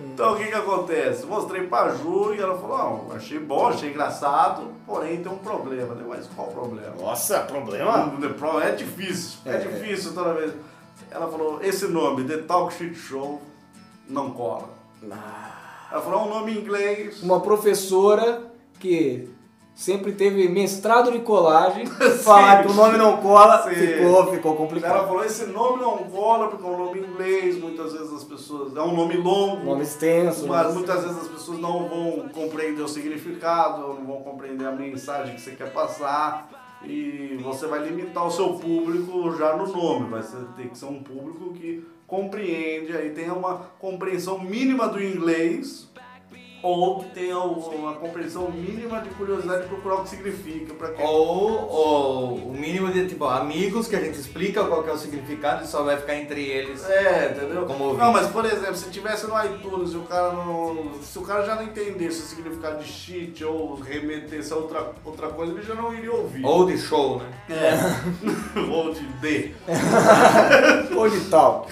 Então o que que acontece? Mostrei pra Ju e ela falou, não, achei bom, achei engraçado, porém tem um problema. Eu falei, mas qual o problema? Nossa, problema? Não, não, pro- É difícil, é, É. difícil toda vez. Ela falou, esse nome, The Talk Shit Show, não cola. Ela falou, é um nome em inglês. Ah. Uma professora que sempre teve mestrado de [LAUGHS] colagem, falar que o nome não cola, Sim. ficou, ficou complicado. Ela falou, esse nome não cola porque é um nome em inglês, muitas vezes as pessoas... É um nome longo. Nome extenso. Mas né? muitas vezes as pessoas não vão compreender o significado, não vão compreender a mensagem que você quer passar e você vai limitar o seu público já no nome, vai ser- ter que ser um público que compreende, aí tenha uma compreensão mínima do inglês ou que tenha uma compreensão mínima de curiosidade de procurar o que significa para quem... Ou, ou o mínimo de tipo amigos que a gente explica qual que é o significado e só vai ficar entre eles. É, entendeu? Como ouvinte. não, mas por exemplo, se tivesse no iTunes e o cara não. Se o cara já não entendesse o significado de cheat ou remetesse a outra, outra coisa, ele já não iria ouvir. Ou de show, né? É. [LAUGHS] ou de D. Ou de tal.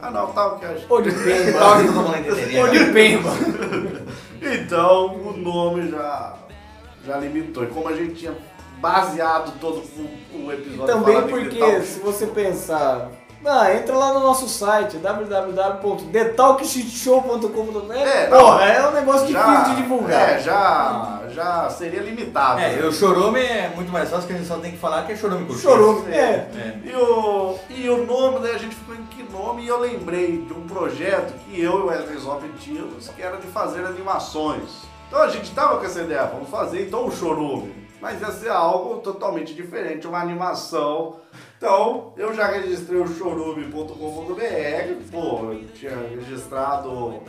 Ah não, tal que eu acho. [LAUGHS] Ou de pemba. Tal Então, que todo mundo entenderia. Ou de pemba. Então o nome já, já limitou. E como a gente tinha baseado todo o, o episódio. Também falando em porque metal, se você pensar, ah, entra lá no nosso site www.detalkshitshow.com.br. É, não, porra, é um negócio já- difícil de divulgar. É, já, já seria limitado. É, né? o chorume é muito mais fácil que a gente só tem que falar que é chorume curto. Chorume, é. E o, e o nome, daí a gente ficou em que nome? E eu lembrei de um projeto que eu e o Wesley Zop tínhamos, que era de fazer animações. Então a gente tava com essa ideia, vamos fazer então o chorume. Mas ia ser algo totalmente diferente, uma animação. Então, eu já registrei o chorume.com.br, pô, eu tinha registrado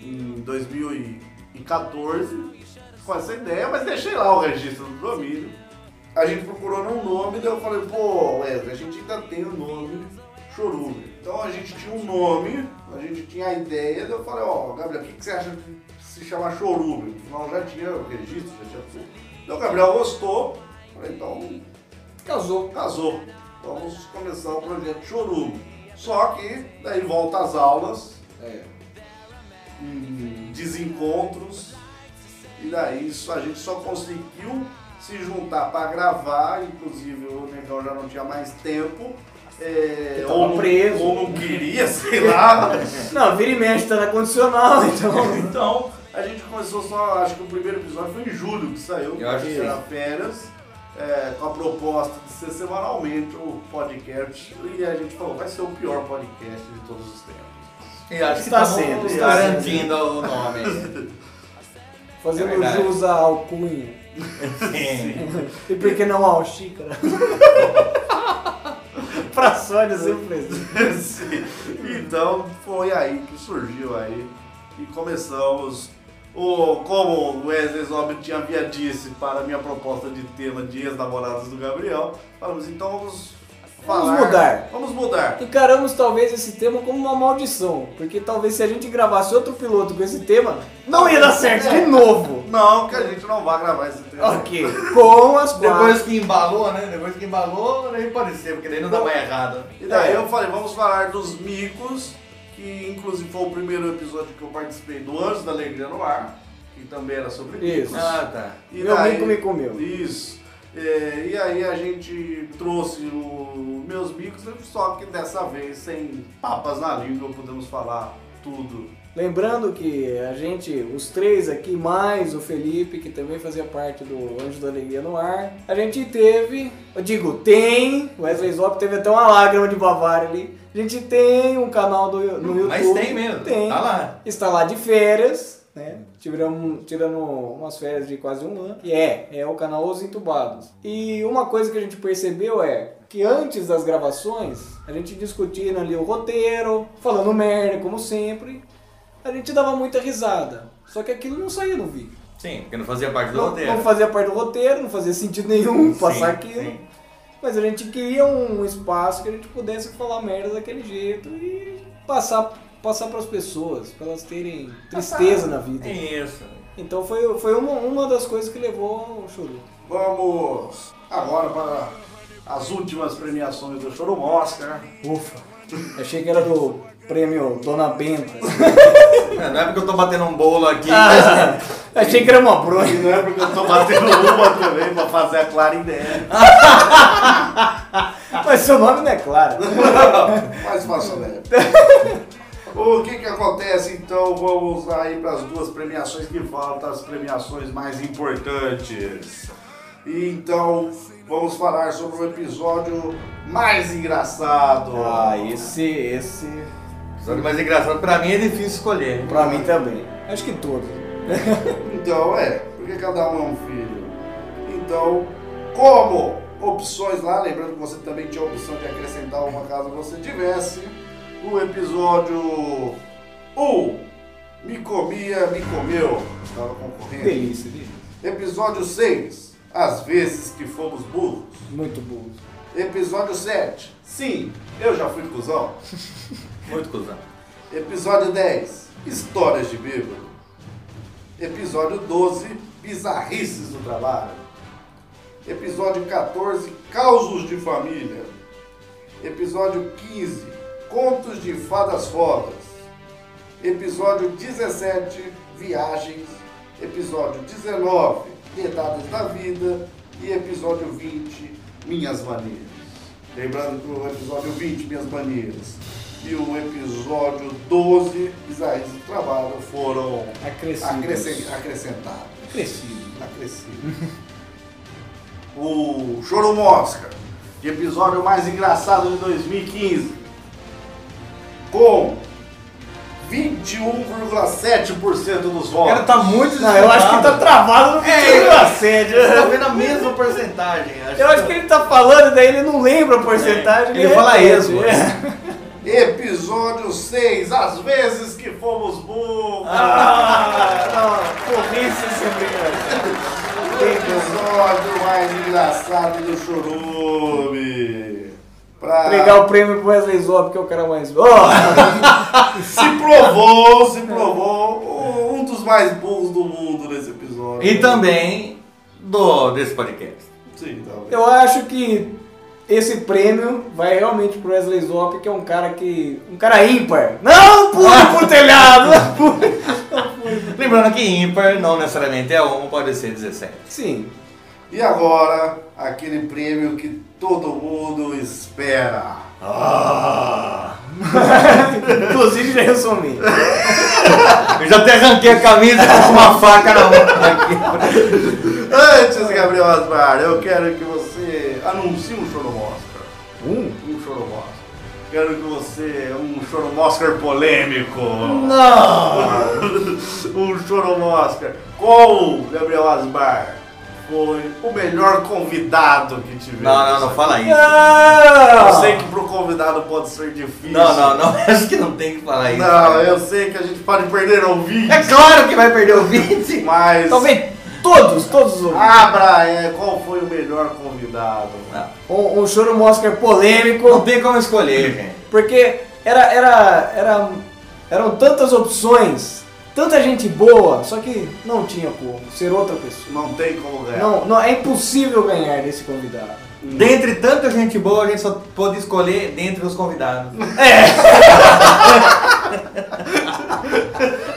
em 2014 com essa ideia, mas deixei lá o registro do domínio. A gente procurou num nome, daí eu falei, pô, Wesley, a gente ainda tem o nome Chorume. Então a gente tinha um nome, a gente tinha a ideia, daí eu falei, ó, Gabriel, o que, que você acha de se chamar Chorume? Nós já tinha o registro, já tinha tudo. Então o Gabriel gostou, falei, então Casou. casou. Vamos começar o projeto Chorume. Só que daí volta às aulas, É. hum, desencontros, e daí isso a gente só conseguiu se juntar para gravar, inclusive o Negão já não tinha mais tempo. é, Ele ou, tava não, preso. ou não queria, [LAUGHS] sei lá. Não, vira e mexe, tá na condicional, então. [LAUGHS] então, a gente começou só, acho que o primeiro episódio foi em julho que saiu, Eu acho que era férias, é, com a proposta de ser semanalmente o podcast, e a gente falou, vai ser o pior podcast de todos os tempos. E acho que tá Está estamos sendo, está garantindo o [LAUGHS] nome. É Fazendo verdade. jus à alcunha. E por que não ao xícara? [LAUGHS] pra Sônia sempre presente. [LAUGHS] Sim. Então foi aí que surgiu aí e começamos. O, como o Wesley Zob tinha havia disse para a minha proposta de tema de ex-namorados do Gabriel, falamos, então vamos falar. mudar. Vamos mudar. Encaramos talvez esse tema como uma maldição, porque talvez se a gente gravasse outro piloto com esse tema, não ia dar certo de novo. Não, que a gente não vai gravar esse tema. Ah, Ok, com as quatro. Depois que embalou, né? Depois que embalou, daí pode ser, porque daí não dá mais errado. E daí É. eu falei, vamos falar dos micos, que inclusive foi o primeiro episódio que eu participei do Anjos da Alegria no Ar, que também era sobre Isso. micos. Ah, tá. E Meu daí- mico me comeu. Isso. É, e aí a gente trouxe o meus micos, só que dessa vez sem papas na língua, podemos falar tudo. Lembrando que a gente, os três aqui, mais o Felipe, que também fazia parte do Anjo da Alegria no Ar, a gente teve, eu digo, tem, Wesley Zop teve até uma lágrima de Bavária ali. A gente tem um canal do, no YouTube. Mas tem mesmo, Tem. tá lá. Está lá de férias, né? Tiramos, tirando umas férias de quase um ano. E é, é o canal Os Entubados. E uma coisa que a gente percebeu é que antes das gravações, a gente discutindo ali o roteiro, falando merda, como sempre. A gente dava muita risada. Só que aquilo não saía no vídeo. Sim, porque não fazia parte do Não, roteiro. não fazia parte do roteiro, não fazia sentido nenhum Sim, passar aquilo. sim. Mas a gente queria um espaço que a gente pudesse falar merda daquele jeito e passar passar para as pessoas, para elas terem tristeza na vida. Isso. Então foi, foi uma, uma das coisas que levou o Churu. Vamos agora para as últimas premiações do Chorum Oscar. Ufa. Achei que era do prêmio Dona [LAUGHS] Benta. não é porque eu tô batendo um bolo aqui. Ah, achei que era uma né? bronha. Não é porque eu tô batendo uma também pra fazer a clara ideia. Mas seu nome não é claro. Mas faço velho. [LAUGHS] O que que acontece então? Vamos aí para as duas premiações que faltam, as premiações mais importantes. E então vamos falar sobre o episódio mais engraçado. Ah, esse, esse. Episódio mais engraçado pra mim é difícil escolher. Pra mim também. Acho que todos. Então é, porque cada um é um filho. Então, como opções lá, lembrando que você também tinha a opção de acrescentar uma caso você tivesse, o episódio 1 Me Comia, Me Comeu, estava concorrendo. Delícia, delícia. Episódio 6 As vezes que fomos burros. Muito bom. Episódio 7 Sim, eu já fui cuzão. Muito cuzão. Episódio 10 Histórias de Bíblia. Episódio 12 Bizarrices do Trabalho. Episódio 14 Causos de Família. Episódio 15 Contos de Fadas Fodas. Episódio 17 Viagens. Episódio 19 Dedadas da Vida. E episódio 20 Minhas Manias. Lembrando que o episódio 20 Minhas Manias e o episódio 12 Bizarrices do Trabalho foram Acrescidos. acrescen- acrescentados. É Crescido. Acrescidos. Tá [LAUGHS] o Choro Oscar, de episódio mais engraçado de 2015, com 21,7% dos O cara votos. tá muito Não, eu acho que tá travado no É, vídeo da sede. Tá vendo a mesma porcentagem. Eu acho que ele tá falando, daí ele não lembra a porcentagem. Ele fala repete. esmo. É. Episódio 6, As Vezes que Fomos Burros. Ah, não, comece esse é brincadeira. O episódio mais engraçado do Chorume. Pra... Entregar o prêmio pro Wesley Zop, que é o cara mais. [LAUGHS] Ó! Se provou, se provou um dos mais burros do mundo nesse episódio. E também do, desse podcast. Sim, talvez. eu acho que esse prêmio vai realmente pro Wesley Zop, que é um cara que. um cara ímpar. Não pule pro telhado! não pule. Lembrando que ímpar não necessariamente é 1, pode ser 17. Sim. E agora, aquele prêmio que todo mundo espera. Inclusive já resumi. Eu já até arranquei a camisa e tô com uma faca na mão. Antes, Gabriel Asmar, eu quero que você anuncie um choromosca. Um? Um choromosca. Quero que você. um choromosca polêmico. Não! um choromosca. Qual, Gabriel Asmar, foi o melhor convidado que tivemos? Não, não, não fala isso. Ah. Não! Eu sei que pro convidado pode ser difícil. Não, não, [LAUGHS] não. Acho que não tem que falar isso. Não, eu sei que a gente pode perder ouvinte, É claro que vai perder o Ah. 20. mas. Talvez todos, todos os. Abra, é, qual foi o melhor convidado? Um, um choro Oscar polêmico. Não tem como escolher, gente. Porque era, era, era, eram tantas opções, tanta gente boa, só que não tinha como ser outra pessoa. Não tem como ganhar. Não, não, é impossível ganhar desse convidado. [LAUGHS] Dentre tanta gente boa, a gente só pôde escolher dentre os convidados.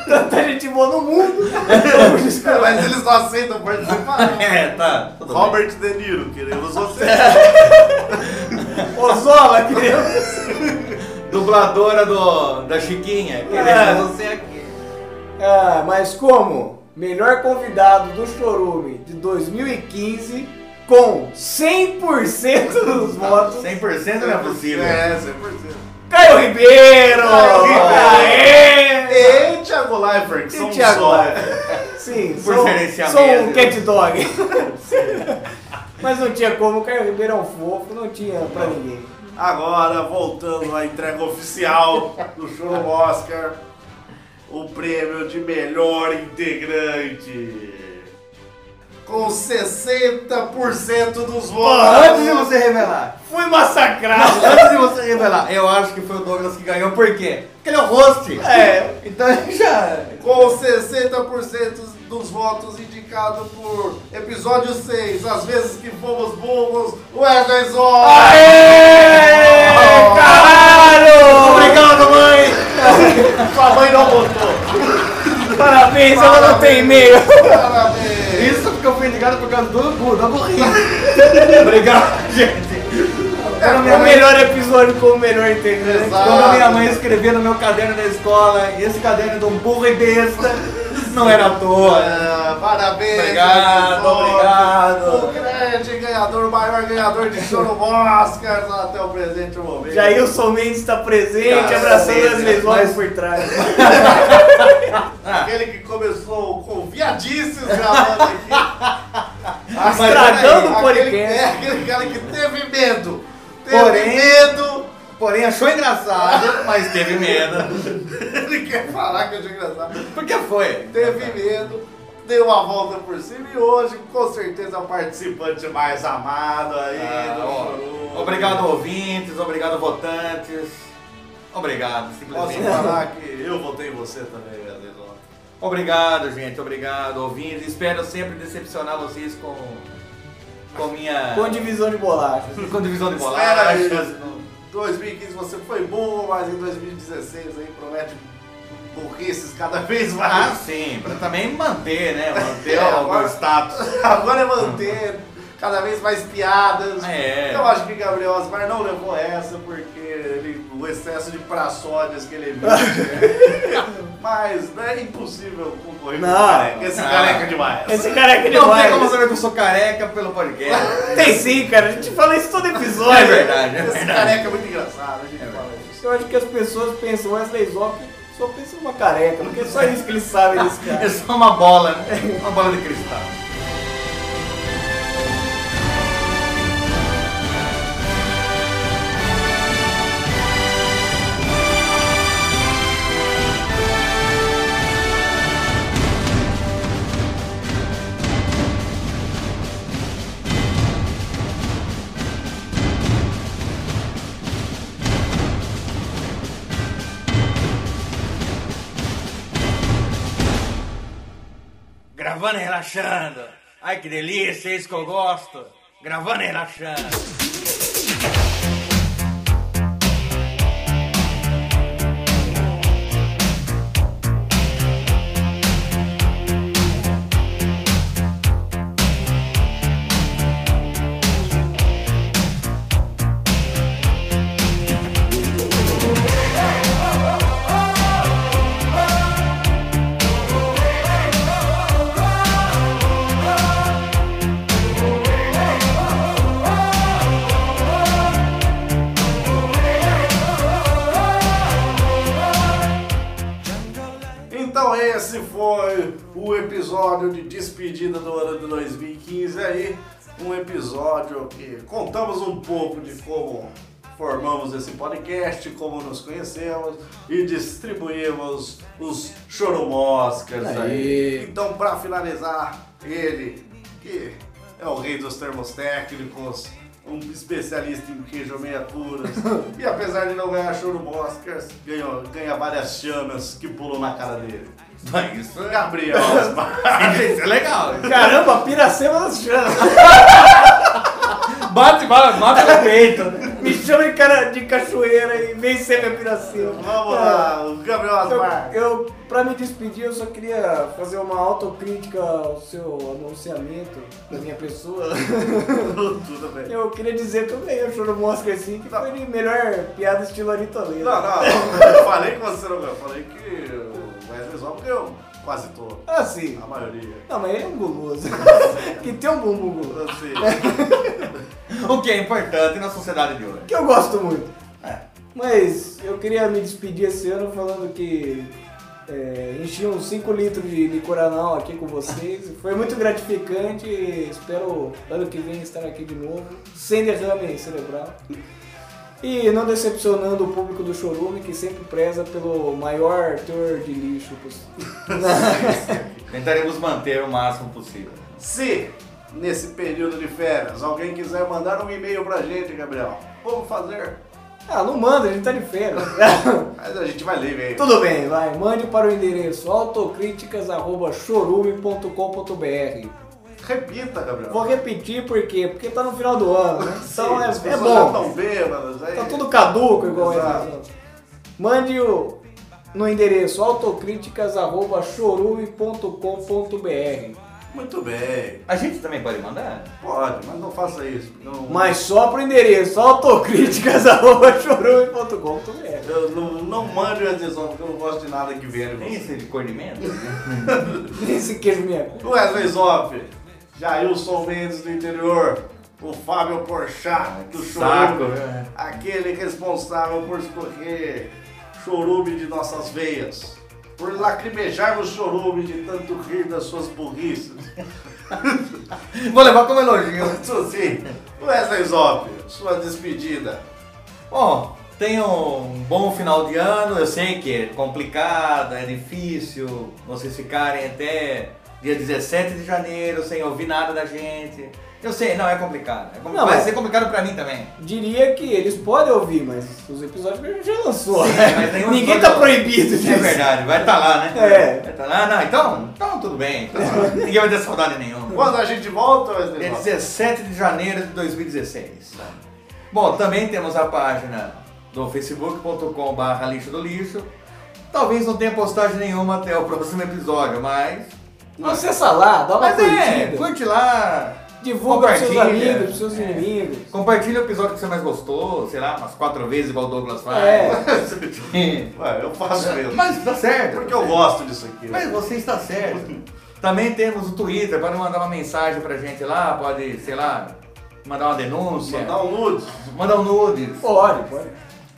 Tanta gente boa no mundo. É, [LAUGHS] mas eles não aceitam participar. [LAUGHS] É, tá. tudo bem. É, Robert De Niro, queremos você. [LAUGHS] Ozola, que Deus. Dubladora do, da Chiquinha. É. Queremos você aqui. Ah, mas como melhor convidado do Chorume de 2015, com 100% dos votos, 100% não é possível. Tá. É, 100%. Caio Ribeiro! Caio Ribeiro. Aê! E Thiago Leifert, que são E Thiago [LAUGHS] só. Sim, Por sou, gerenciamento. sou um cat [LAUGHS] dog. Mas não tinha como, o Caio Ribeiro é um fofo, não tinha pra ninguém. [LAUGHS] Agora, voltando à entrega oficial do show Oscar, o prêmio de melhor integrante. com 60% dos votos. antes de você revelar. Fui massacrado. Não, antes de você revelar, eu acho que foi o Douglas que ganhou, por quê? Porque ele é o host. É. Então já. Com 60% dos votos indicado por episódio 6, As Vezes Que Fomos Bobos, Wesley Zon. Aê! Caralho! Obrigado, mãe! Sua mãe não votou. Parabéns, ela não tem e-mail. Parabéns. Isso porque eu fui indicado por causa do Gu, da burrinha. Obrigado, gente. É o melhor episódio com o melhor integrante. Quando a minha mãe escrevia no meu caderno da escola, e esse caderno de um burro e besta, não era à toa. Ah, Parabéns, Obrigado, Wesley Zon. obrigado. O grande ganhador, o maior ganhador de show no Oscars até o presente momento. Jailson Mendes tá está presente, Graças a abraçando Deus, as lesões mas- por [LAUGHS] trás. Aquele que começou com viadices gravando [LAUGHS] aqui. Mas Estragando peraí, o aquele- podcast. É, aquele cara que teve medo. Teve Porém- medo. [LAUGHS] Porém, achou engraçado, mas teve medo. Ele quer falar que eu achei engraçado. Porque foi. Teve medo, deu uma volta por cima e hoje, com certeza, é o participante mais amado aí do Chorume. Ah, Obrigado, ouvintes, obrigado, votantes. Obrigado, Posso simplesmente. falar que eu votei em você também, Adelon. Obrigado, gente, obrigado, ouvintes. Espero sempre decepcionar vocês com, com minha. Com divisão de bolachas. com divisão de Espera aí. bolachas. 2015 você foi bom, mas em 2016 aí promete burrices cada vez Ah, mais. sim, pra também manter, né? Manter É, o agora- meu status. Agora é manter cada vez mais piadas. É. Eu acho que Gabriel Osmar não levou essa porque ele- o excesso de praçódias que ele emite. [LAUGHS] né? Mas né, é impossível concorrer com Não. o careca. Esse Não. careca é demais. Esse cara é que Não tem demais. como saber que eu sou careca pelo podcast. Tem sim, cara. A gente fala isso todo É episódio. verdade, é Esse verdade. careca é muito engraçado, a gente fala isso. Eu acho que as pessoas pensam Wesley Zop só pensa numa careca, porque é só isso que eles sabem desse cara. É só uma bola, [LAUGHS] né? Uma bola de cristal. Gravando e relaxando. Ai, que delícia, é isso que eu gosto. Gravando e relaxando. Então esse foi o episódio de despedida do ano de 2015 aí. Um episódio que contamos um pouco de como formamos esse podcast, como nos conhecemos e distribuímos os choromoscas aí. Aí. Então para finalizar, ele que é o rei dos termos técnicos, um especialista em queijo meia [LAUGHS] curas. e apesar de não ganhar choro Oscars, ganhou, ganha várias chamas que pulam na cara dele. Mas isso é, Gabriel [LAUGHS] Osmar. isso é legal. Caramba, piracema tá das chamas. [LAUGHS] Bate, bate, bate no peito. Me chama de cara de cachoeira e vem ser minha piracema. [LAUGHS] Vamos lá, o Gabriel Osmar. Eu, eu, pra me despedir, eu só queria fazer uma autocrítica ao seu anunciamento da minha [LAUGHS] pessoa. Tudo bem. Eu queria dizer também, eu choro mosca assim, que Não. foi de melhor piada estilo Ari Toledo. Não, não, eu falei que você não ganhou. Eu falei que o Wesley Zop ganhou quase todo. Ah, sim. A maioria. Não, mas ele é um [LAUGHS] guloso. que tem um bom guloso. Assim, O que é importante na sociedade de hoje. Que eu gosto muito. É. Mas eu queria me despedir esse ano falando que é, enchi uns 5 litros de licoranal aqui com vocês. Foi muito gratificante e espero ano que vem estar aqui de novo, sem derrame cerebral. E não decepcionando o público do Chorume, que sempre preza pelo maior teor de lixo possível. [LAUGHS] Tentaremos manter o máximo possível. Se nesse período de férias alguém quiser mandar um e-mail pra gente, Gabriel, como fazer? Ah, não manda, a gente tá de férias. Mas a gente vai ler [LAUGHS] e-mail. Tudo bem, vai. Mande para o endereço autocríticas.chorume.com.br. Repita, Gabriel. Vou repetir por quê? Porque tá no final do ano, né? Então Sim, é, as é pessoas já bom. estão bêbadas, aí- Tá tudo caduco igual Exato. essa. Mande o no endereço autocríticas.chorume.com.br. Muito bem. A gente também pode mandar? Pode, mas não faça isso. porque eu não- Mas só pro endereço autocríticas.chorume.com.br. Eu não, não mande o adesão, porque eu não gosto de nada que venha de você. Isso tipo de cor de menta? Esse queijo minha cor. Wesley Zoff, Jailson Mendes do interior, o Fábio Porchat do Ah, saco, Chorume, né? aquele responsável por escorrer chorume de nossas veias, por lacrimejar o chorume de tanto rir das suas burrices. [LAUGHS] Vou levar como elogio. Isso sim, Então, assim, Wesley Zoff, sua despedida. Bom, tenha um bom final de ano. Eu sei que é complicado, é difícil vocês ficarem até dia 17 de janeiro sem ouvir nada da gente. Eu sei, não, é complicado. É compli- Não, vai mas- ser complicado pra mim [LAUGHS] também. Diria que eles podem ouvir, mas os episódios que a gente já lançou. Sim, né? mas tem um Ninguém episódio- tá proibido disso. É verdade, vai estar lá, né? É. Vai estar lá, não, então, então tudo bem. [LAUGHS] Então, ninguém vai ter saudade nenhuma. Quando a gente volta, Wesley Dia Zoff? 17 É de janeiro de 2016. Bom, também temos a página do facebook.com.br lixo do lixo. Talvez não tenha postagem nenhuma até o próximo episódio, mas. Acessa lá, dá uma Mas é, curtida. curte lá. Divulga pros seus compartilha. amigos, pros seus inimigos. Compartilha o episódio que você mais gostou, sei lá, umas quatro vezes igual o Douglas faz. É. Ué, eu faço mesmo. É [LAUGHS] Mas tá certo. Porque eu gosto disso aqui. né? Mas você está certo. Também temos o Twitter, pode mandar uma mensagem pra gente lá, pode, sei lá, mandar uma denúncia, Mandar um nude. mandar um nudes Pode, pode.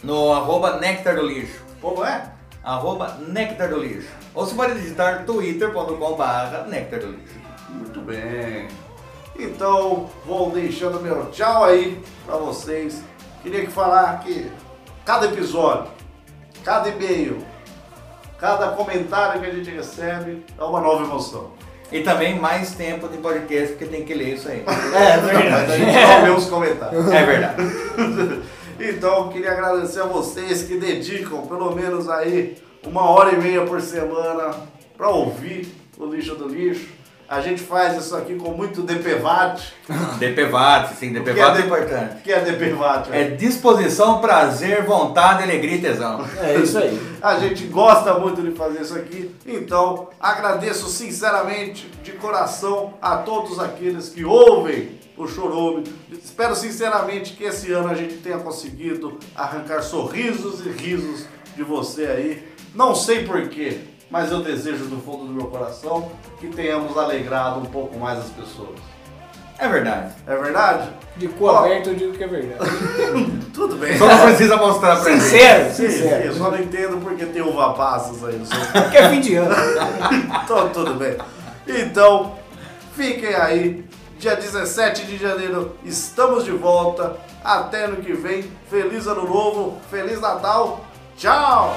no arroba Nectar do Lixo. Como é? Arroba Nectar do Lixo. Ou você pode digitar twitter.com.br Nectar do Lixo. Muito bem. Então, vou deixando meu tchau aí pra vocês. Queria que falar que cada episódio, cada e-mail, cada comentário que a gente recebe é uma nova emoção. E também mais tempo de podcast, porque tem que ler isso aí. É, Mas a gente só lê os comentários. [LAUGHS] É verdade. Então, queria agradecer a vocês que dedicam pelo menos aí uma hora e meia por semana para ouvir o lixo do lixo. A gente faz isso aqui com muito DPVAT. DPVAT, sim, DPVAT é de- [LAUGHS] importante. O que é DPVAT? É disposição, prazer, vontade, alegria e tesão. É isso aí. A gente gosta muito de fazer isso aqui, então agradeço sinceramente, de coração, a todos aqueles que ouvem o Chorume. Espero sinceramente que esse ano a gente tenha conseguido arrancar sorrisos e risos de você aí. Não sei porquê, mas eu desejo do fundo do meu coração que tenhamos alegrado um pouco mais as pessoas. É verdade. É verdade? De cu Ó. aberto eu digo que é verdade. Tudo bem. Só não precisa mostrar pra gente. Sincero, [LAUGHS] Sim, sim, eu sincero. só não entendo porque tem uva passas aí no seu Porque é fim de ano. [LAUGHS] Então, tudo bem. Então, fiquem aí. Dia 17 de janeiro estamos de volta. Até ano que vem. Feliz Ano Novo, Feliz Natal. Tchau!